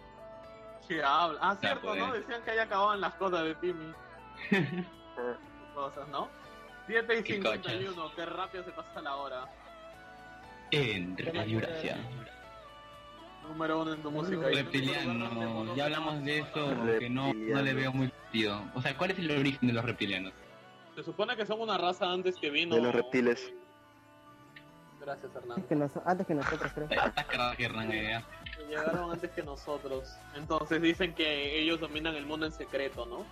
C: ¿qué habla? Ah, cierto,
A: pues.
C: ¿no? Decían que ahí acababan las cosas de Timmy. Eh, Cosas, ¿no? 7 y
A: Qué
C: 51, qué rápido se pasa la hora.
A: En Radio Gracia.
C: Número uno en tu música.
A: Reptiliano, ya hablamos de eso, porque no, no le veo muy sentido. O sea, ¿cuál es el origen de los reptilianos?
C: Se supone que son una raza antes que vino.
D: De los reptiles.
C: Gracias, Hernán.
B: Antes que, nos- antes que nosotros, creo.
A: Estás cagado, Hernán, eh.
C: Que Llegaron antes que nosotros. Entonces dicen que ellos dominan el mundo en secreto, ¿no?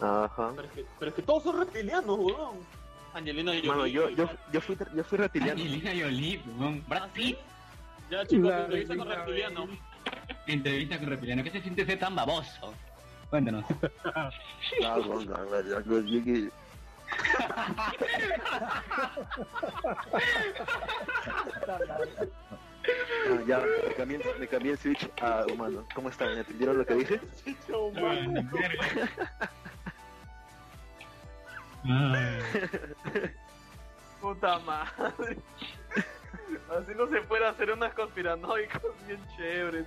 D: Ajá.
C: Pero es que, pero es que todos son reptilianos, weón. Angelina y
D: Mano, yo, yo, yo fui, yo fui reptiliano.
A: Angelina Ah, Jolie, weón. Brad Pitt,
C: Ya, chicos,
F: La
C: entrevista con
F: Regina
C: reptiliano.
A: entrevista con reptiliano. ¿Qué se siente ser tan baboso? Cuéntanos.
D: Ah, no, no, no, yo- yo- yo- yo- Ah, ya, me cambié, me cambié el switch a humano. ¿Cómo están? ¿Me ¿Entendieron lo que dije?
E: eh.
C: Chicho, man.
A: Ah.
C: Puta madre. Así no se puede hacer unas conspiranoicas bien chéveres.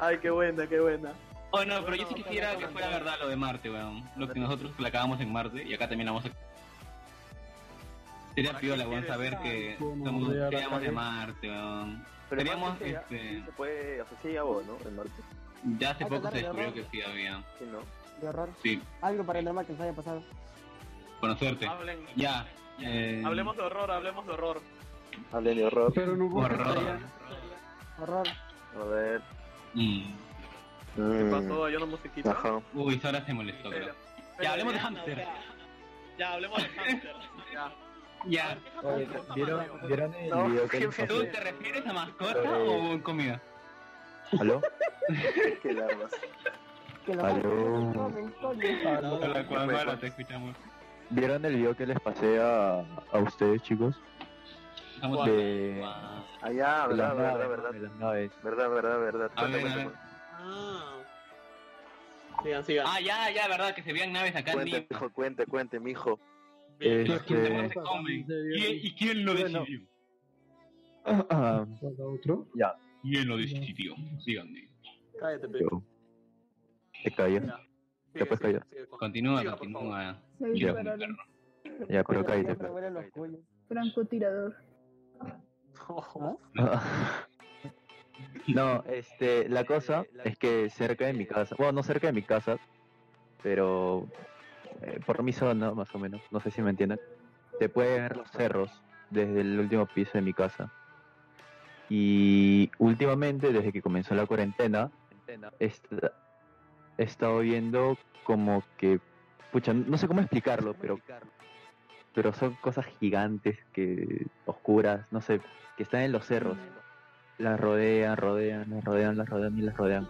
C: Ay, qué buena, qué buena.
A: Oh, no, pero yo sí quisiera que fuera verdad lo de Marte, weón. Lo que nosotros la acabamos en Marte y acá también la vamos a. Sería
C: ¿Para
A: piola,
C: qué
A: weón,
C: quieres
A: saber que
F: tanto,
A: somos,
F: no?
A: seríamos de Marte, weón.
D: Pero
A: Seríamos,
D: en Marte
A: este,
D: sí se puede, o sea, sí hay agua, ¿no? En Marte,
A: Ya hace
B: Hay que
A: poco se
B: hablar de
A: descubrió que
B: error.
A: sí había.
D: sí, ¿no?
B: De horror.
A: Sí,
B: Algo paranormal que nos haya pasado.
A: conocerte.
C: Hablen,
A: Ya. eh,
C: Ah, hablemos de horror, hablemos de horror.
D: Hablen de horror.
F: Pero no hubo
A: Horror.
B: Horror.
D: A ver.
A: Mm.
C: ¿Qué
D: mm,
C: pasó? Yo no musiquita.
D: Ajá.
A: Uy, Sora se molestó, creo. Ya, hablemos de Hamster.
C: Ya, hablemos de Hamster. Ya. A
A: Ya.
C: ver, ¿qué
E: Oye,
C: Hamster puta madre,
E: ¿Vieron,
C: weón?
E: ¿Vieron el
D: No,
E: video que
D: qué
E: les
D: feo.
A: ¿Tú
E: pasé?
A: te refieres a mascota
E: Sobre-
A: o comida?
E: ¿Aló?
D: Qué largas.
B: Que los
E: Aló.
B: ángeles comen, coño.
E: ¿Aló?
A: Hola,
D: Juan, hola,
A: te escuchamos.
E: ¿Vieron el video que les pasé a, a ustedes, chicos?
A: Estamos
C: ¿Cuál?
E: De...
A: Wow.
D: Allá, verdad,
E: de las
D: verdad,
E: naves,
D: verdad.
E: de las naves.
D: Verdad, verdad, verdad.
A: A ver,
D: Cuenta,
A: a
D: cuenta,
A: ver.
C: Ah. Sigan, sigan.
A: Ah, ya, ya, verdad, que se veían naves acá en
D: Cuente,
A: Lima.
D: mijo, cuente, cuente, mijo.
C: Bien.
A: Los
E: Este-
A: quince se comen. ¿Quién- ¿Y quién lo
E: Bueno.
A: decidió?
F: otro?
A: ¿Quién lo decidió? Díganme.
C: Cállate, pe.
E: Yo. Te callas.
C: Ya. Sigue,
E: pues,
C: sigue,
E: calla.
C: sigue con-
A: Continúa,
C: Siga, por
A: continúa.
G: Soy
A: Yo,
G: para-
A: perro.
E: Ya, pero
B: Coño,
E: cállate.
D: pues.
B: siempre
E: pero-
B: huelen los cuyos.
G: francotirador.
E: No, este, la cosa es que cerca de mi casa, bueno, no cerca de mi casa, pero eh, por mi zona, más o menos, no sé si me entienden, se puede ver los cerros desde el último piso de mi casa. Y últimamente, desde que comenzó la cuarentena, est- he estado viendo como que, pucha, no sé cómo explicarlo, pero, pero son cosas gigantes, que oscuras, no sé, que están en los cerros las rodean, rodean, las rodean, las rodean y las rodean.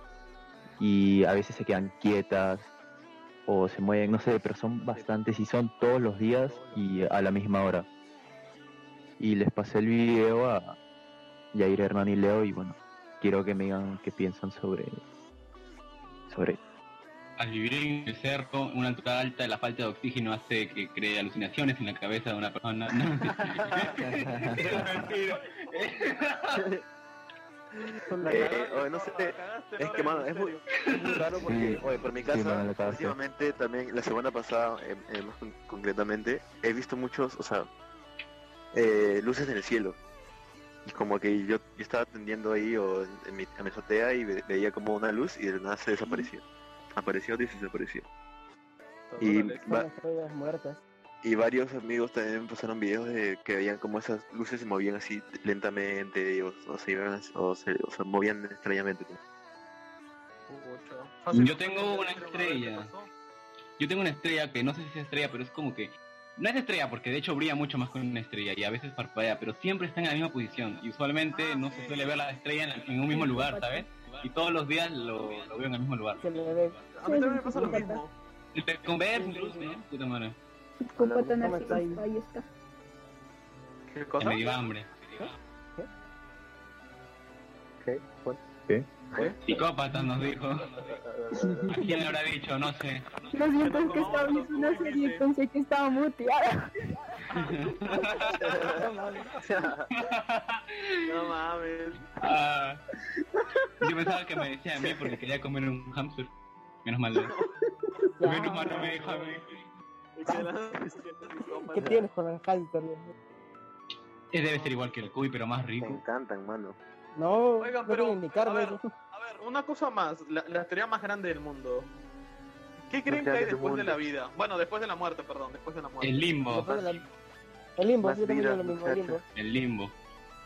E: Y a veces se quedan quietas o se mueven, no sé, pero son bastantes y son todos los días y a la misma hora. Y les pasé el video a Jair Hernán y Leo y bueno, quiero que me digan qué piensan sobre... sobre...
A: Al vivir en el cerco, una altura alta, la falta de oxígeno hace que cree alucinaciones en la cabeza de una persona. Mentira.
B: Son
D: Eh,
B: las
D: eh, oye, no sé, es que, mano, es muy, es muy raro porque,
E: Sí.
D: oye, por mi
E: Sí,
D: casa,
E: mano, la cagaste.
D: últimamente, también, la semana pasada, eh, eh, más con- concretamente, he visto muchos, o sea, eh, luces en el cielo. Y como que yo, yo estaba atendiendo ahí o en, en mi, a mi azotea y ve- veía como una luz y de la nada se desapareció. Apareció y se desapareció. Y,
B: son
D: va-
B: las estrellas muertas.
D: y varios amigos también pasaron videos de que veían como esas luces se movían así lentamente o, o se iban así- o se, o se movían extrañamente.
A: Yo tengo una estrella. Yo tengo una estrella que no sé si es estrella, pero es como que. No es estrella, porque de hecho brilla mucho más que una estrella y a veces parpadea, pero siempre está en la misma posición. Y usualmente no se suele ver la estrella en, la- en un mismo lugar, ¿sabes? Y todos los días lo, lo veo en el mismo lugar.
B: Se le ve.
C: A mí también me pasa lo mismo.
A: Y te converso, incluso, ¿eh? Puta madre.
G: Psicópata
B: ¿Cómo está ahí?
G: narcisista, ahí está.
C: ¿Qué
A: Que
C: cosa?
A: Me dio hambre. Psicópata nos dijo. ¿A quién le habrá dicho? No sé.
G: Lo siento, es que
C: comamos
G: estaba viendo una
C: los
G: serie
C: juguetes.
G: pensé que estaba muteada.
C: No mames.
A: Ah, yo pensaba que me decía a mí porque quería comer un hamster. Menos mal. Menos mal no me dijo a mí.
C: Excelente, excelente,
B: ¿Qué
C: psicópata.
B: tienes con el hamster?
A: Eh, Debe ser igual que el cuy, pero más
D: Me
A: rico.
D: encantan, mano.
B: No,
C: Oigan,
B: no
C: pero,
B: tienen ni
C: a
B: carne.
C: ver, a ver, una cosa más, la, la teoría más grande del mundo. ¿Qué creen que
D: grande
C: hay
D: del
C: después de
D: mundo.
C: la vida? Bueno, después de la muerte, perdón, después de la muerte.
A: El
B: Lo
A: limbo,
B: pone la- El limbo,
D: Más
B: yo también
D: vida,
B: digo lo mismo, el limbo.
D: muchacho.
A: el limbo.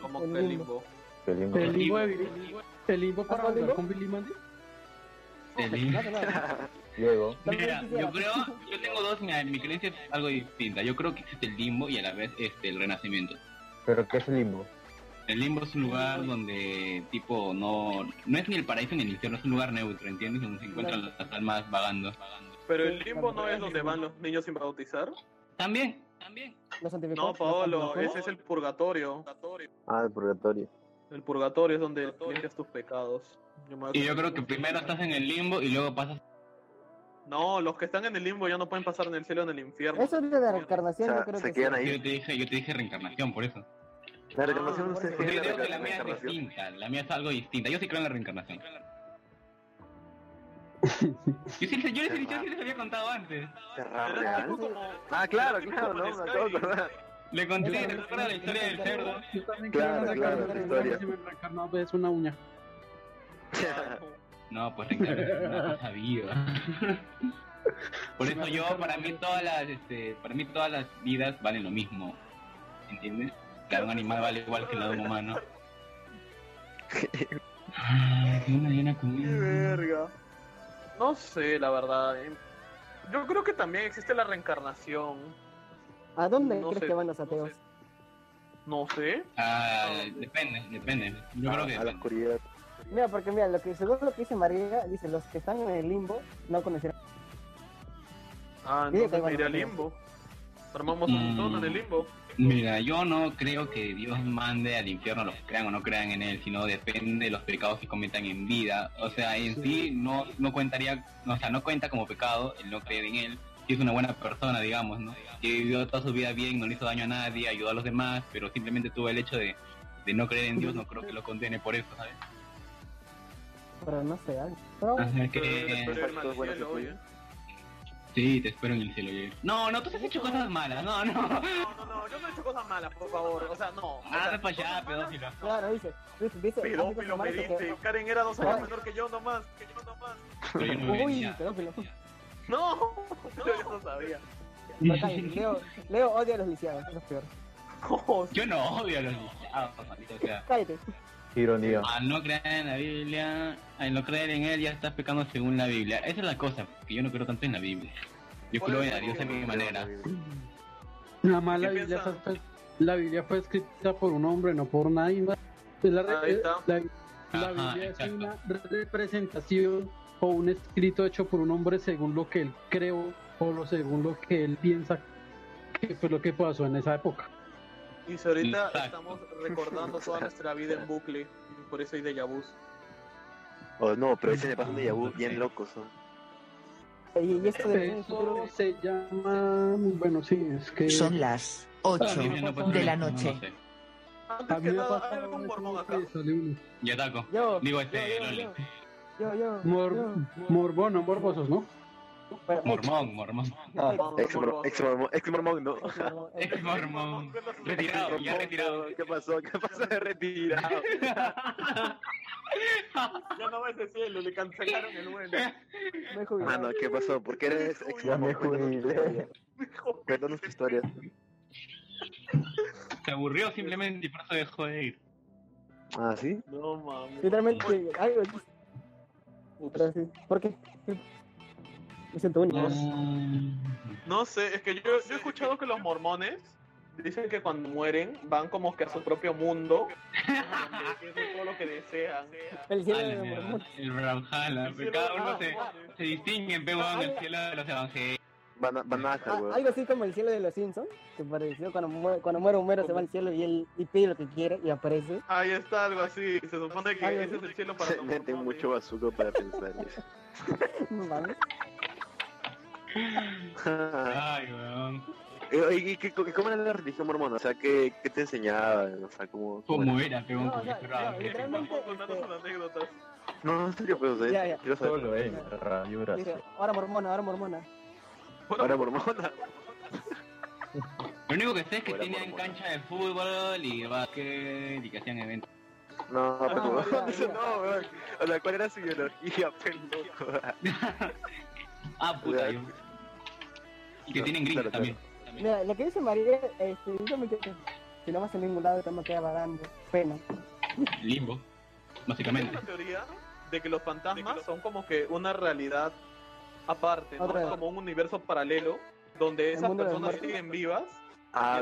C: Como
B: el
C: que el
B: limbo.
C: limbo.
H: Qué lindo.
F: El limbo, de-
C: limbo.
F: el limbo- el limbo para
B: ¿Hasta
F: jugar
B: limbo?
F: con Billy Mandy.
A: El limbo.
B: No, no, no.
H: Diego,
B: También
A: Mira,
B: quisiera.
A: yo creo, yo tengo dos, mira, mi creencia es algo distinta. Yo creo que existe el limbo y a la vez este el renacimiento.
H: ¿pero qué es el limbo?
A: El limbo es un lugar donde tipo no no es ni el paraíso ni el infierno, es un lugar neutro, ¿entiendes? Donde se encuentran
B: Claro.
A: las almas vagando.
C: Pero el
B: Sí,
C: limbo
B: claro,
C: no
B: el
C: es donde van los niños sin bautizar.
A: También, también.
B: ¿Lo santificó?
C: No,
B: ¿Lo
C: Paolo,
B: santificó?
C: ese es el purgatorio.
D: Ah, el purgatorio.
C: El purgatorio es donde limpias tus pecados. me voy a
A: Y yo creo
C: comer.
A: que primero estás en el limbo y luego pasas
C: No, los que están en el limbo ya no pueden pasar en el cielo o en el infierno.
B: Eso es de la reencarnación,
D: O sea,
B: yo creo
D: se
B: que
D: quedan
B: sí.
D: ahí.
A: yo te dije, yo te dije reencarnación por eso.
D: La reclamación
C: Ah,
D: no se
B: por
A: Porque
D: sigue
A: yo
D: la
A: digo que la
D: reclamación.
A: mía es distinta, la mía es algo distinta. Yo sí creo en la reencarnación. Yo sí, yo, les- yo sí les había contado antes.
C: Era
D: ¿Será real?
C: tipo como-
D: Ah, claro,
C: era tipo
D: claro,
C: como
D: no,
C: en
D: me acabo de
C: Skyrim.
D: acordar.
A: Le conté, ¿te acuerdas la historia del cerdo?
F: Yo
D: Claro,
F: también quiero
D: claro,
F: sacar
D: la
F: el
D: historia.
F: se me reencarna otra vez una uña.
A: No, pues reencarnación es una cosa viva. Por eso yo, para mí todas las, este, para mí todas las vidas valen lo mismo, ¿entiendes? La de un animal vale igual que la de un humano. Ah, una llena
C: Qué
A: comida.
C: verga. No sé, la verdad. eh. Yo creo que también existe la reencarnación.
B: ¿A dónde
C: No
B: crees
C: sé,
B: que van los
C: no
B: ateos?
C: sé. No sé.
A: Ah, depende, depende. Yo creo que
D: Ah, A la
A: depende.
D: oscuridad.
B: Mira, porque mira, lo que, según lo que dice María, dice, los que están en el limbo no conocerán.
C: Ah,
B: Sí,
C: entonces
B: pero
C: me iré al
B: bueno,
C: limbo. Armamos un
A: Mm.
C: zona en el limbo.
A: Mira, yo no creo que Dios mande al infierno los que crean o no crean en él, sino depende de los pecados que cometan en vida. O sea, en sí, no, no contaría, o sea, no cuenta como pecado el no creer en él. Si es una buena persona, digamos, ¿no? Que vivió toda su vida bien, no le hizo daño a nadie, ayudó a los demás, pero simplemente tuvo el hecho de, de no creer en Dios, no creo que lo condene por eso, ¿sabes?
B: Pero no sé, ¿eh? Pero,
A: Así
C: Pero
A: que-
C: después irme al
D: Factos buenos
C: cielo,
D: que
C: oye.
A: sí, te espero en el cielo. yo. No, no, tú has hecho cosas malas, no, no.
C: No, no, no, yo no he hecho cosas malas, por favor. O sea, no. O sea,
A: Ah, pues ya,
C: cosas malas,
A: pedófilo.
B: claro, dice, dice, dice,
C: Pedófilo me
B: hace cosas malas
C: diste. Karen era dos años
B: Ay.
C: menor que yo nomás. Que yo nomás.
A: Pero yo
B: que-
A: no me
B: Uy,
A: venía.
B: pedófilo.
C: No, no, yo no sabía.
B: Pero está bien, Leo, Leo odia a los lisiados, eso es peor.
C: ¿Cómo?
A: Yo no odio a los lisiados, maldito sea.
B: Cállate.
H: Ironía.
A: Al no creer en la Biblia, al no creer en él, ya estás pecando según la Biblia. Esa es la cosa, que yo no creo tanto en la Biblia. Yo
C: Por
A: creo
C: eso
A: en a Dios a mi
C: digo,
A: manera.
F: La mala
C: ¿Qué
F: Biblia
C: piensan?
F: fue, la Biblia fue escrita por un hombre, no por nadie. más. Es La,
C: Ahí está.
F: la- la
A: Ajá,
F: Biblia es
A: exacto.
F: una representación o un escrito hecho por un hombre según lo que él creó o lo según lo que él piensa que fue lo que pasó en esa época.
C: Y si ahorita
A: Exacto.
C: estamos recordando toda nuestra vida en bucle. y Por eso hay de vus.
D: Oh, no, pero ese me pasa un déjà vu bien loco, son.
B: Y, y esto de un futuro-
F: Eso se llama, bueno, sí, es que
I: Son las 8
A: Sí, no pasa nada,
I: de la
A: no
I: noche.
A: sé.
F: a
C: Antes
F: mí
C: que
F: me ha
C: nada, hay
F: pasado
C: algún
F: eso,
C: mormón acá.
F: que sale uno.
A: Y ataco.
B: Yo,
A: Digo
B: yo,
A: este,
B: yo,
A: Loli.
B: yo, yo, yo,
F: Mor-
B: yo.
F: morbón, no morbosos, ¿no?
B: Bueno,
A: Mormón, mormón.
D: Ex mormón, ex mormón, ex mormón, no.
B: ex- ex- ex-
A: Es mormón. Retirado, ya retirado.
D: ¿Qué pasó? ¿Qué pasó de retirado?
C: Ya no ves el cielo, le cancelaron el vuelo.
B: me he jubilado.
D: Mano, ¿qué pasó? ¿Por qué eres ex
H: Ya me
D: mormón?
H: jubilé.
D: Cuéntanos tu historia. Cuéntanos tu historia.
A: Se aburrió simplemente y por eso dejó de ir.
D: Ah, ¿sí?
C: No mames.
B: Literalmente, algo. Pero sí, ¿Por qué? Me siento único.
C: No sé, es que yo, yo he escuchado que los mormones dicen que cuando mueren van como que a su propio mundo. donde tienen todo lo que desean.
B: El cielo
A: Ah,
B: de los
A: mira,
B: mormones.
A: El Brawlhalla, pero
C: Ah,
A: cada uno se, se distingue en el cielo de los evangelios.
D: Van a, van a
B: Ah,
D: estar, weón.
B: algo así como el cielo de los Simpsons, que pareció cuando muere, cuando muere Homero se va al cielo y él y pide lo que quiere y aparece.
C: Ahí está algo así. Se supone que
B: Algo
C: ese es
B: así.
C: el cielo para los
D: Tengo
C: mormones.
D: mucho bazuco para pensar.
B: No mames.
A: Ay, weón.
D: Eh, ¿Y qué- qué- cómo era la religión mormona? O sea, ¿qué, qué te enseñaban? O sea, ¿cómo, cómo
A: ¿Cómo era,
B: No,
A: pegón?
B: o sea, no, literalmente,
C: Vamos contando
B: este,
C: sus anécdotas.
D: era? No, en serio, pues, eh,
B: Ya, ya.
D: quiero saber.
H: Solo él, radio
B: dice,
H: brazo.
B: ahora mormona, ahora mormona.
D: ¿Ahora mormona?
A: Lo único que sé es que
D: Fuera
A: tenían
D: Mormona.
A: cancha de fútbol y básquet y que hacían eventos.
D: No, pero
B: Ah, ya,
D: eso
B: ya.
D: no, weón. O sea, ¿cuál era su ideología, pendejo?
A: Ah, puta, yo. Y que tienen gringos
D: Claro,
A: también. también.
B: Mira, lo que dice María, este, yo me quedo- si no vas a ningún lado, te me queda vagando. Pena.
A: Limbo,
C: Tengo
A: básicamente.
C: la teoría de que los fantasmas son como que una realidad aparte, ¿no?
B: Otra vez.
C: Como un universo paralelo donde
B: El
C: esas
B: mundo de los
C: personas
B: muertos.
C: siguen vivas
D: Ah,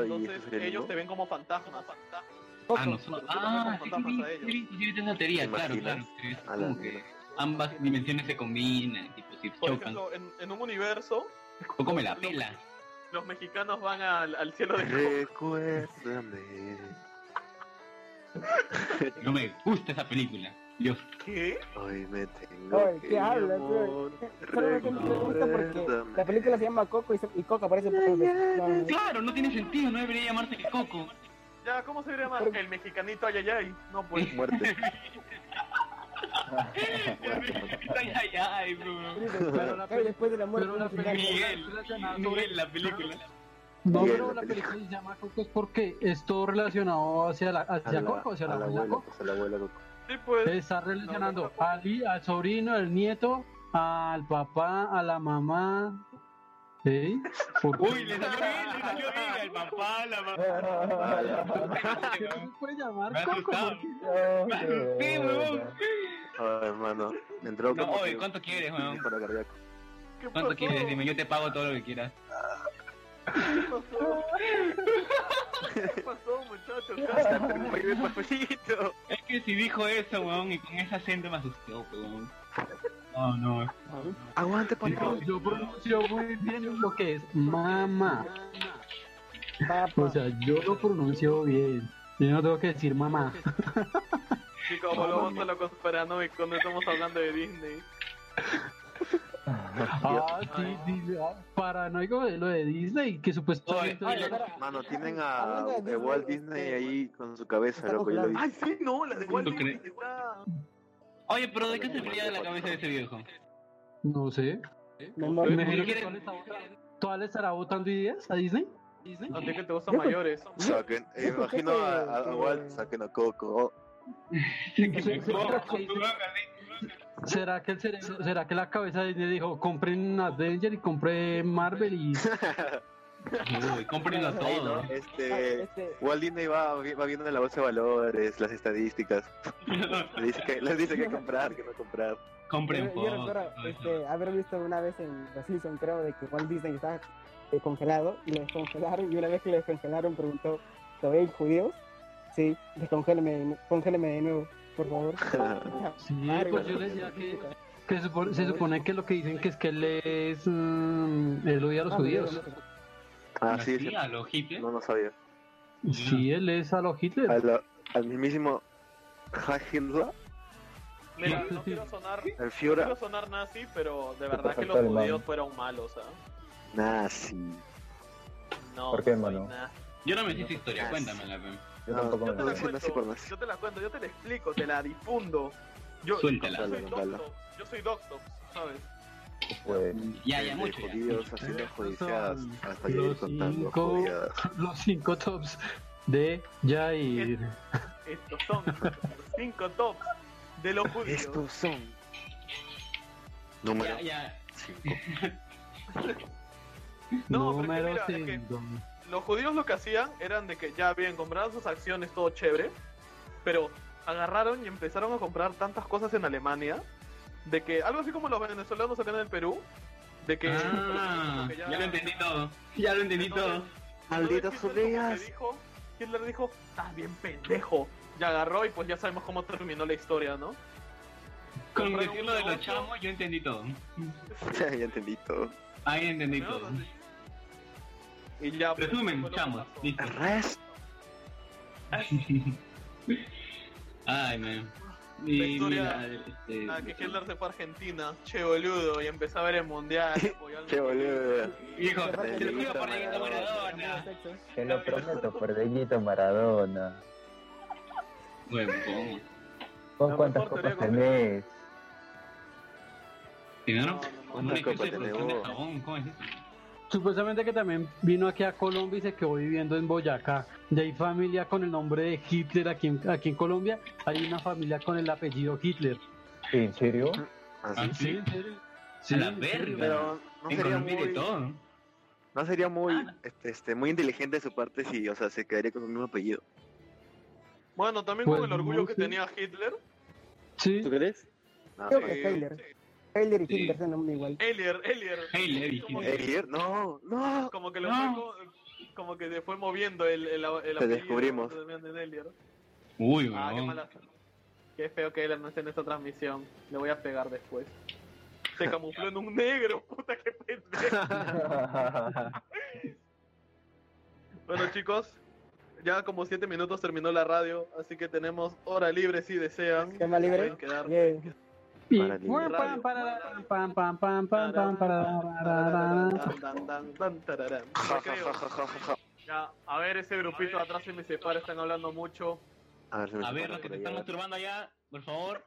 C: y
D: y
C: entonces
D: eso sería
C: ellos
D: lindo.
C: te ven como fantasmas.
A: Ah, no, son- Ah, sí, sí,
C: Fantasmas a ellos.
A: sí, sí, sí, sí, esa teoría,
D: ¿Te
A: claro, claro.
D: imaginas?
A: que es
D: A la
A: como que
D: mierda.
A: ambas dimensiones se combinan, tipo, si
C: Por
A: chocan.
C: ejemplo, en, en un universo
A: Poco me la pela.
C: los mexicanos van al, al cielo de
D: Recuérdame.
A: No me gusta esa película. Dios.
C: ¿Qué?
D: Hoy me tengo
B: Oye,
D: que
B: ¿qué
D: ir,
B: hablas,
D: amor.
B: Solamente me gusta porque la película se llama Coco y, so- y Coco aparece por no,
A: Claro, no tiene sentido, no debería llamarse Coco.
C: Ya, ¿cómo se llama? El mexicanito ayayay. No, pues.
D: Muerte.
A: Ay, ay, ay, bro.
F: Pero la
B: Cae
F: peli-
B: después de la muerte.
F: pero la
B: un gigante.
A: Miguel,
F: relacionada sobre-
A: Miguel, la película.
F: No,
D: Miguel,
F: pero
D: la
F: la película se llama Coco es porque es todo relacionado hacia, la,
D: A
F: hacia
D: la-
F: Coco, hacia
D: a
F: la,
D: la
F: hacia
D: abuela,
F: Coco.
D: pues, a la abuela Coco.
C: Sí, pues.
F: Está
C: No,
F: relacionando
C: no, no.
F: al, hi- al sobrino, al nieto, al papá, a la mamá. ¿Sí? ¿Por qué?
A: Uy, le salió bien, le salió bien al papá, la mamá.
F: ¿Qué se puede llamar
A: Me ha
F: Coco?
A: asustado. Me asusté, huevón.
D: Ay, hermano. Entró
A: No,
D: como
A: oye,
D: que
A: ¿cuánto quieres,
D: un
A: weón?
D: disparo cardíaco.
C: ¿Qué
A: ¿Cuánto
C: pasó?
A: quieres? Dime, yo te pago todo lo que quieras.
C: ¿Qué pasó? ¿Qué pasó, muchachos?
D: Oye, papelito.
A: Es que si dijo eso, weón, y con ese acento me asustó, weón. No, no.
D: Aguante,
F: Yo-
D: papelito.
F: Yo pronuncio muy bien lo que es mamá.
B: Papá.
F: O sea, yo lo pronuncio bien. Yo no tengo que decir mamá.
C: Chicos, volvamos a lo conspiranoico, no estamos hablando de Disney.
F: Ah, sí, sí, ah, paranoico de lo de Disney, que supuestamente...
A: Oye, oye,
D: Mano, tienen a
B: Hablando de
D: de Walt
B: Disney,
D: Disney
B: este,
D: ahí con su cabeza,
B: está
D: loco. Yo lo vi.
B: popular.
C: Ay, sí, no, la de Walt
A: ¿Tú
C: Disney.
A: crees?
C: está-
A: Oye, pero ¿de qué se fría la cabeza de ese viejo?
F: No sé.
B: Me
F: Me
B: muero.
F: imagino que
A: quieren-
F: todas le está botando- todas le estará votando ideas a Disney.
C: No tiene que te gustan
B: Yo-
C: mayores.
D: Saquen, eh,
B: yo escuché
D: imagino a, a-
B: que-
D: a Walt, saquen a Coco.
F: ¿Será que, el cerebro- ¿Será que la cabeza de Disney dijo, compren Avenger y compré Marvel y...
A: Uy, cómprenlo
D: Ahí,
A: todo.
D: ¿no?
B: Ah,
D: Este,
B: este,
D: Walt Disney va, va viendo en la bolsa de valores, las estadísticas. Le dice que, les dice que comprar, que no comprar.
A: Compren
B: yo, yo
A: todo.
B: recuerdo este, haber visto una vez en Los Simpsons, creo, de que Walt Disney estaba eh, congelado y lo descongelaron. Y una vez que lo descongelaron, preguntó: ¿Todavía hay judíos? Sí, descongéleme, de nu- congéleme de nuevo, por favor.
F: Sí,
B: Madre,
F: pues yo
D: bueno,
F: le decía que, que se supone- se supone que lo que dicen que es que él es... mm, él odia a los
B: Ah,
F: judíos.
B: mira,
D: Ah, sí, sí.
A: Así, a los hippies.
D: No, no sabía.
F: Sí, él es a los Hitler.
D: Al, al mismísimo Hitler,
C: Mira, no quiero sonar, no
D: el Fiora.
C: quiero sonar nazi, pero de verdad que
H: perfecto,
C: los
H: hermano.
C: judíos fueron malos, ¿ah?
D: Nazi.
C: No,
H: ¿Por qué,
C: no soy
H: mano?
C: nazi.
A: Yo no me sé esa historia, cuéntamela, pe.
H: Yo tampoco
C: Yo
H: me
C: te
H: lo
C: la
D: No, soy nazi por
C: cuento,
D: nazi.
C: yo te la cuento, yo te la explico, te la difundo. Yo,
A: Suéltala.
C: yo soy
D: Contala,
C: doctor, yo soy doctor, ¿sabes?
H: pues.
A: Ya, ya,
D: Desde
A: mucho. ya.
D: judíos haciendo judiciadas hasta
F: Los
D: llegar contando
F: cinco.
D: judiciadas.
F: Los cinco tops de Jair.
C: Estos son los cinco tops de los judíos.
D: Estos son. Número
A: Ya, ya.
D: 5.
C: No, porque
F: Número
C: mira, es que-
F: 5.
C: los judíos lo que hacían eran de que ya bien compraban sus acciones, todo chévere, pero agarraron y empezaron a comprar tantas cosas en Alemania, de que algo así como los venezolanos acá en el Perú, de que...
A: Ah,
C: que
A: ya lo entendí todo. Ya lo entendí todo.
D: Malditos
C: Entonces, Hitler como que
D: judíos.
C: dijo- Hitler dijo, estás bien pendejo. Y agarró y pues ya sabemos cómo terminó la historia, ¿no?
A: Con
C: Compraron
A: decirlo
C: un
A: de los
C: negocio,
A: chamos, yo entendí todo.
D: ya entendí todo.
A: Ahí entendí
C: ¿no?
A: todo.
C: Y ya... pues, eso
A: Resumen,
C: fue lo que
A: chamos.
C: pasó.
A: Listo.
D: Rest.
A: Ay, man.
C: La
A: Y
C: historia-
A: mira, este,
C: Ah, que Hitler se fue a Argentina, che boludo, y empezó a ver el mundial. apoyó al-
D: Che boludo.
A: Hijo,
B: Aparte
A: te
B: de
A: lo juro
D: Diego
A: por Diego
D: Maradona.
B: Maradona,
A: Maradona.
B: sexo.
H: Te lo prometo, por Dieguito Maradona.
A: Huevón.
H: ¿Con
C: La
H: cuántas
C: mejor
H: copas
C: teoría
H: tenés?
A: ¿Primero?
C: No,
A: Un
C: no, no.
D: Una
A: eclipse
D: copa
A: de
D: te
A: producción de
D: negó.
A: jabón, ¿cómo es eso?
F: Supuestamente que también vino aquí a Colombia y se quedó viviendo en Boyacá. Y hay familia con el nombre de Hitler aquí en, aquí en Colombia. Hay una familia con el apellido Hitler.
E: ¿En serio?
D: Así.
A: Ah,
F: Sí,
A: sí.
F: en
A: A
F: serio.
A: la
F: en serio.
A: verga.
D: Pero no
A: En
D: sería
A: Colombia hay de
D: muy,
A: todo.
D: no sería muy,
A: Ah,
D: este, este, muy inteligente de su parte si, o sea, se quedaría con el mismo apellido.
I: Bueno, también
F: Pues
I: con el orgullo
F: no,
I: que
F: sí.
I: tenía Hitler.
F: Sí.
J: ¿Tú crees?
D: No,
B: Creo
D: pues.
B: que Hitler.
I: sí.
B: Hitler y
A: Sí.
B: Hitler son nombre igual.
I: Elier, Elier.
A: Hitler y
I: como,
A: Hitler.
I: que-
D: Hitler, no, no.
I: como que lo
A: No.
I: fue co- como que se fue moviendo el, el, el apellido
D: descubrimos.
I: de Elier.
A: Uy,
I: Ah, qué
A: weón.
I: mala. Qué feo que él no esté en esta transmisión. Le voy a pegar después. Se camufló en un negro, puta que pendejo. Bueno, chicos, ya como 7 minutos terminó la radio, así que tenemos hora libre si desean.
B: Tema libre. eh,
I: Pueden quedar-
B: Bien.
F: Y-
D: Para ti.
F: Pam, pam, para, pam, pam, pam, pam, pam, para.
I: Recreo. Ya, a ver, ese grupito de atrás se me separa, están hablando mucho.
D: A ver, se me
A: A ver,
D: separa
A: los que
D: por
A: te
D: ahí,
A: están
D: a ver.
A: masturbando allá, por favor.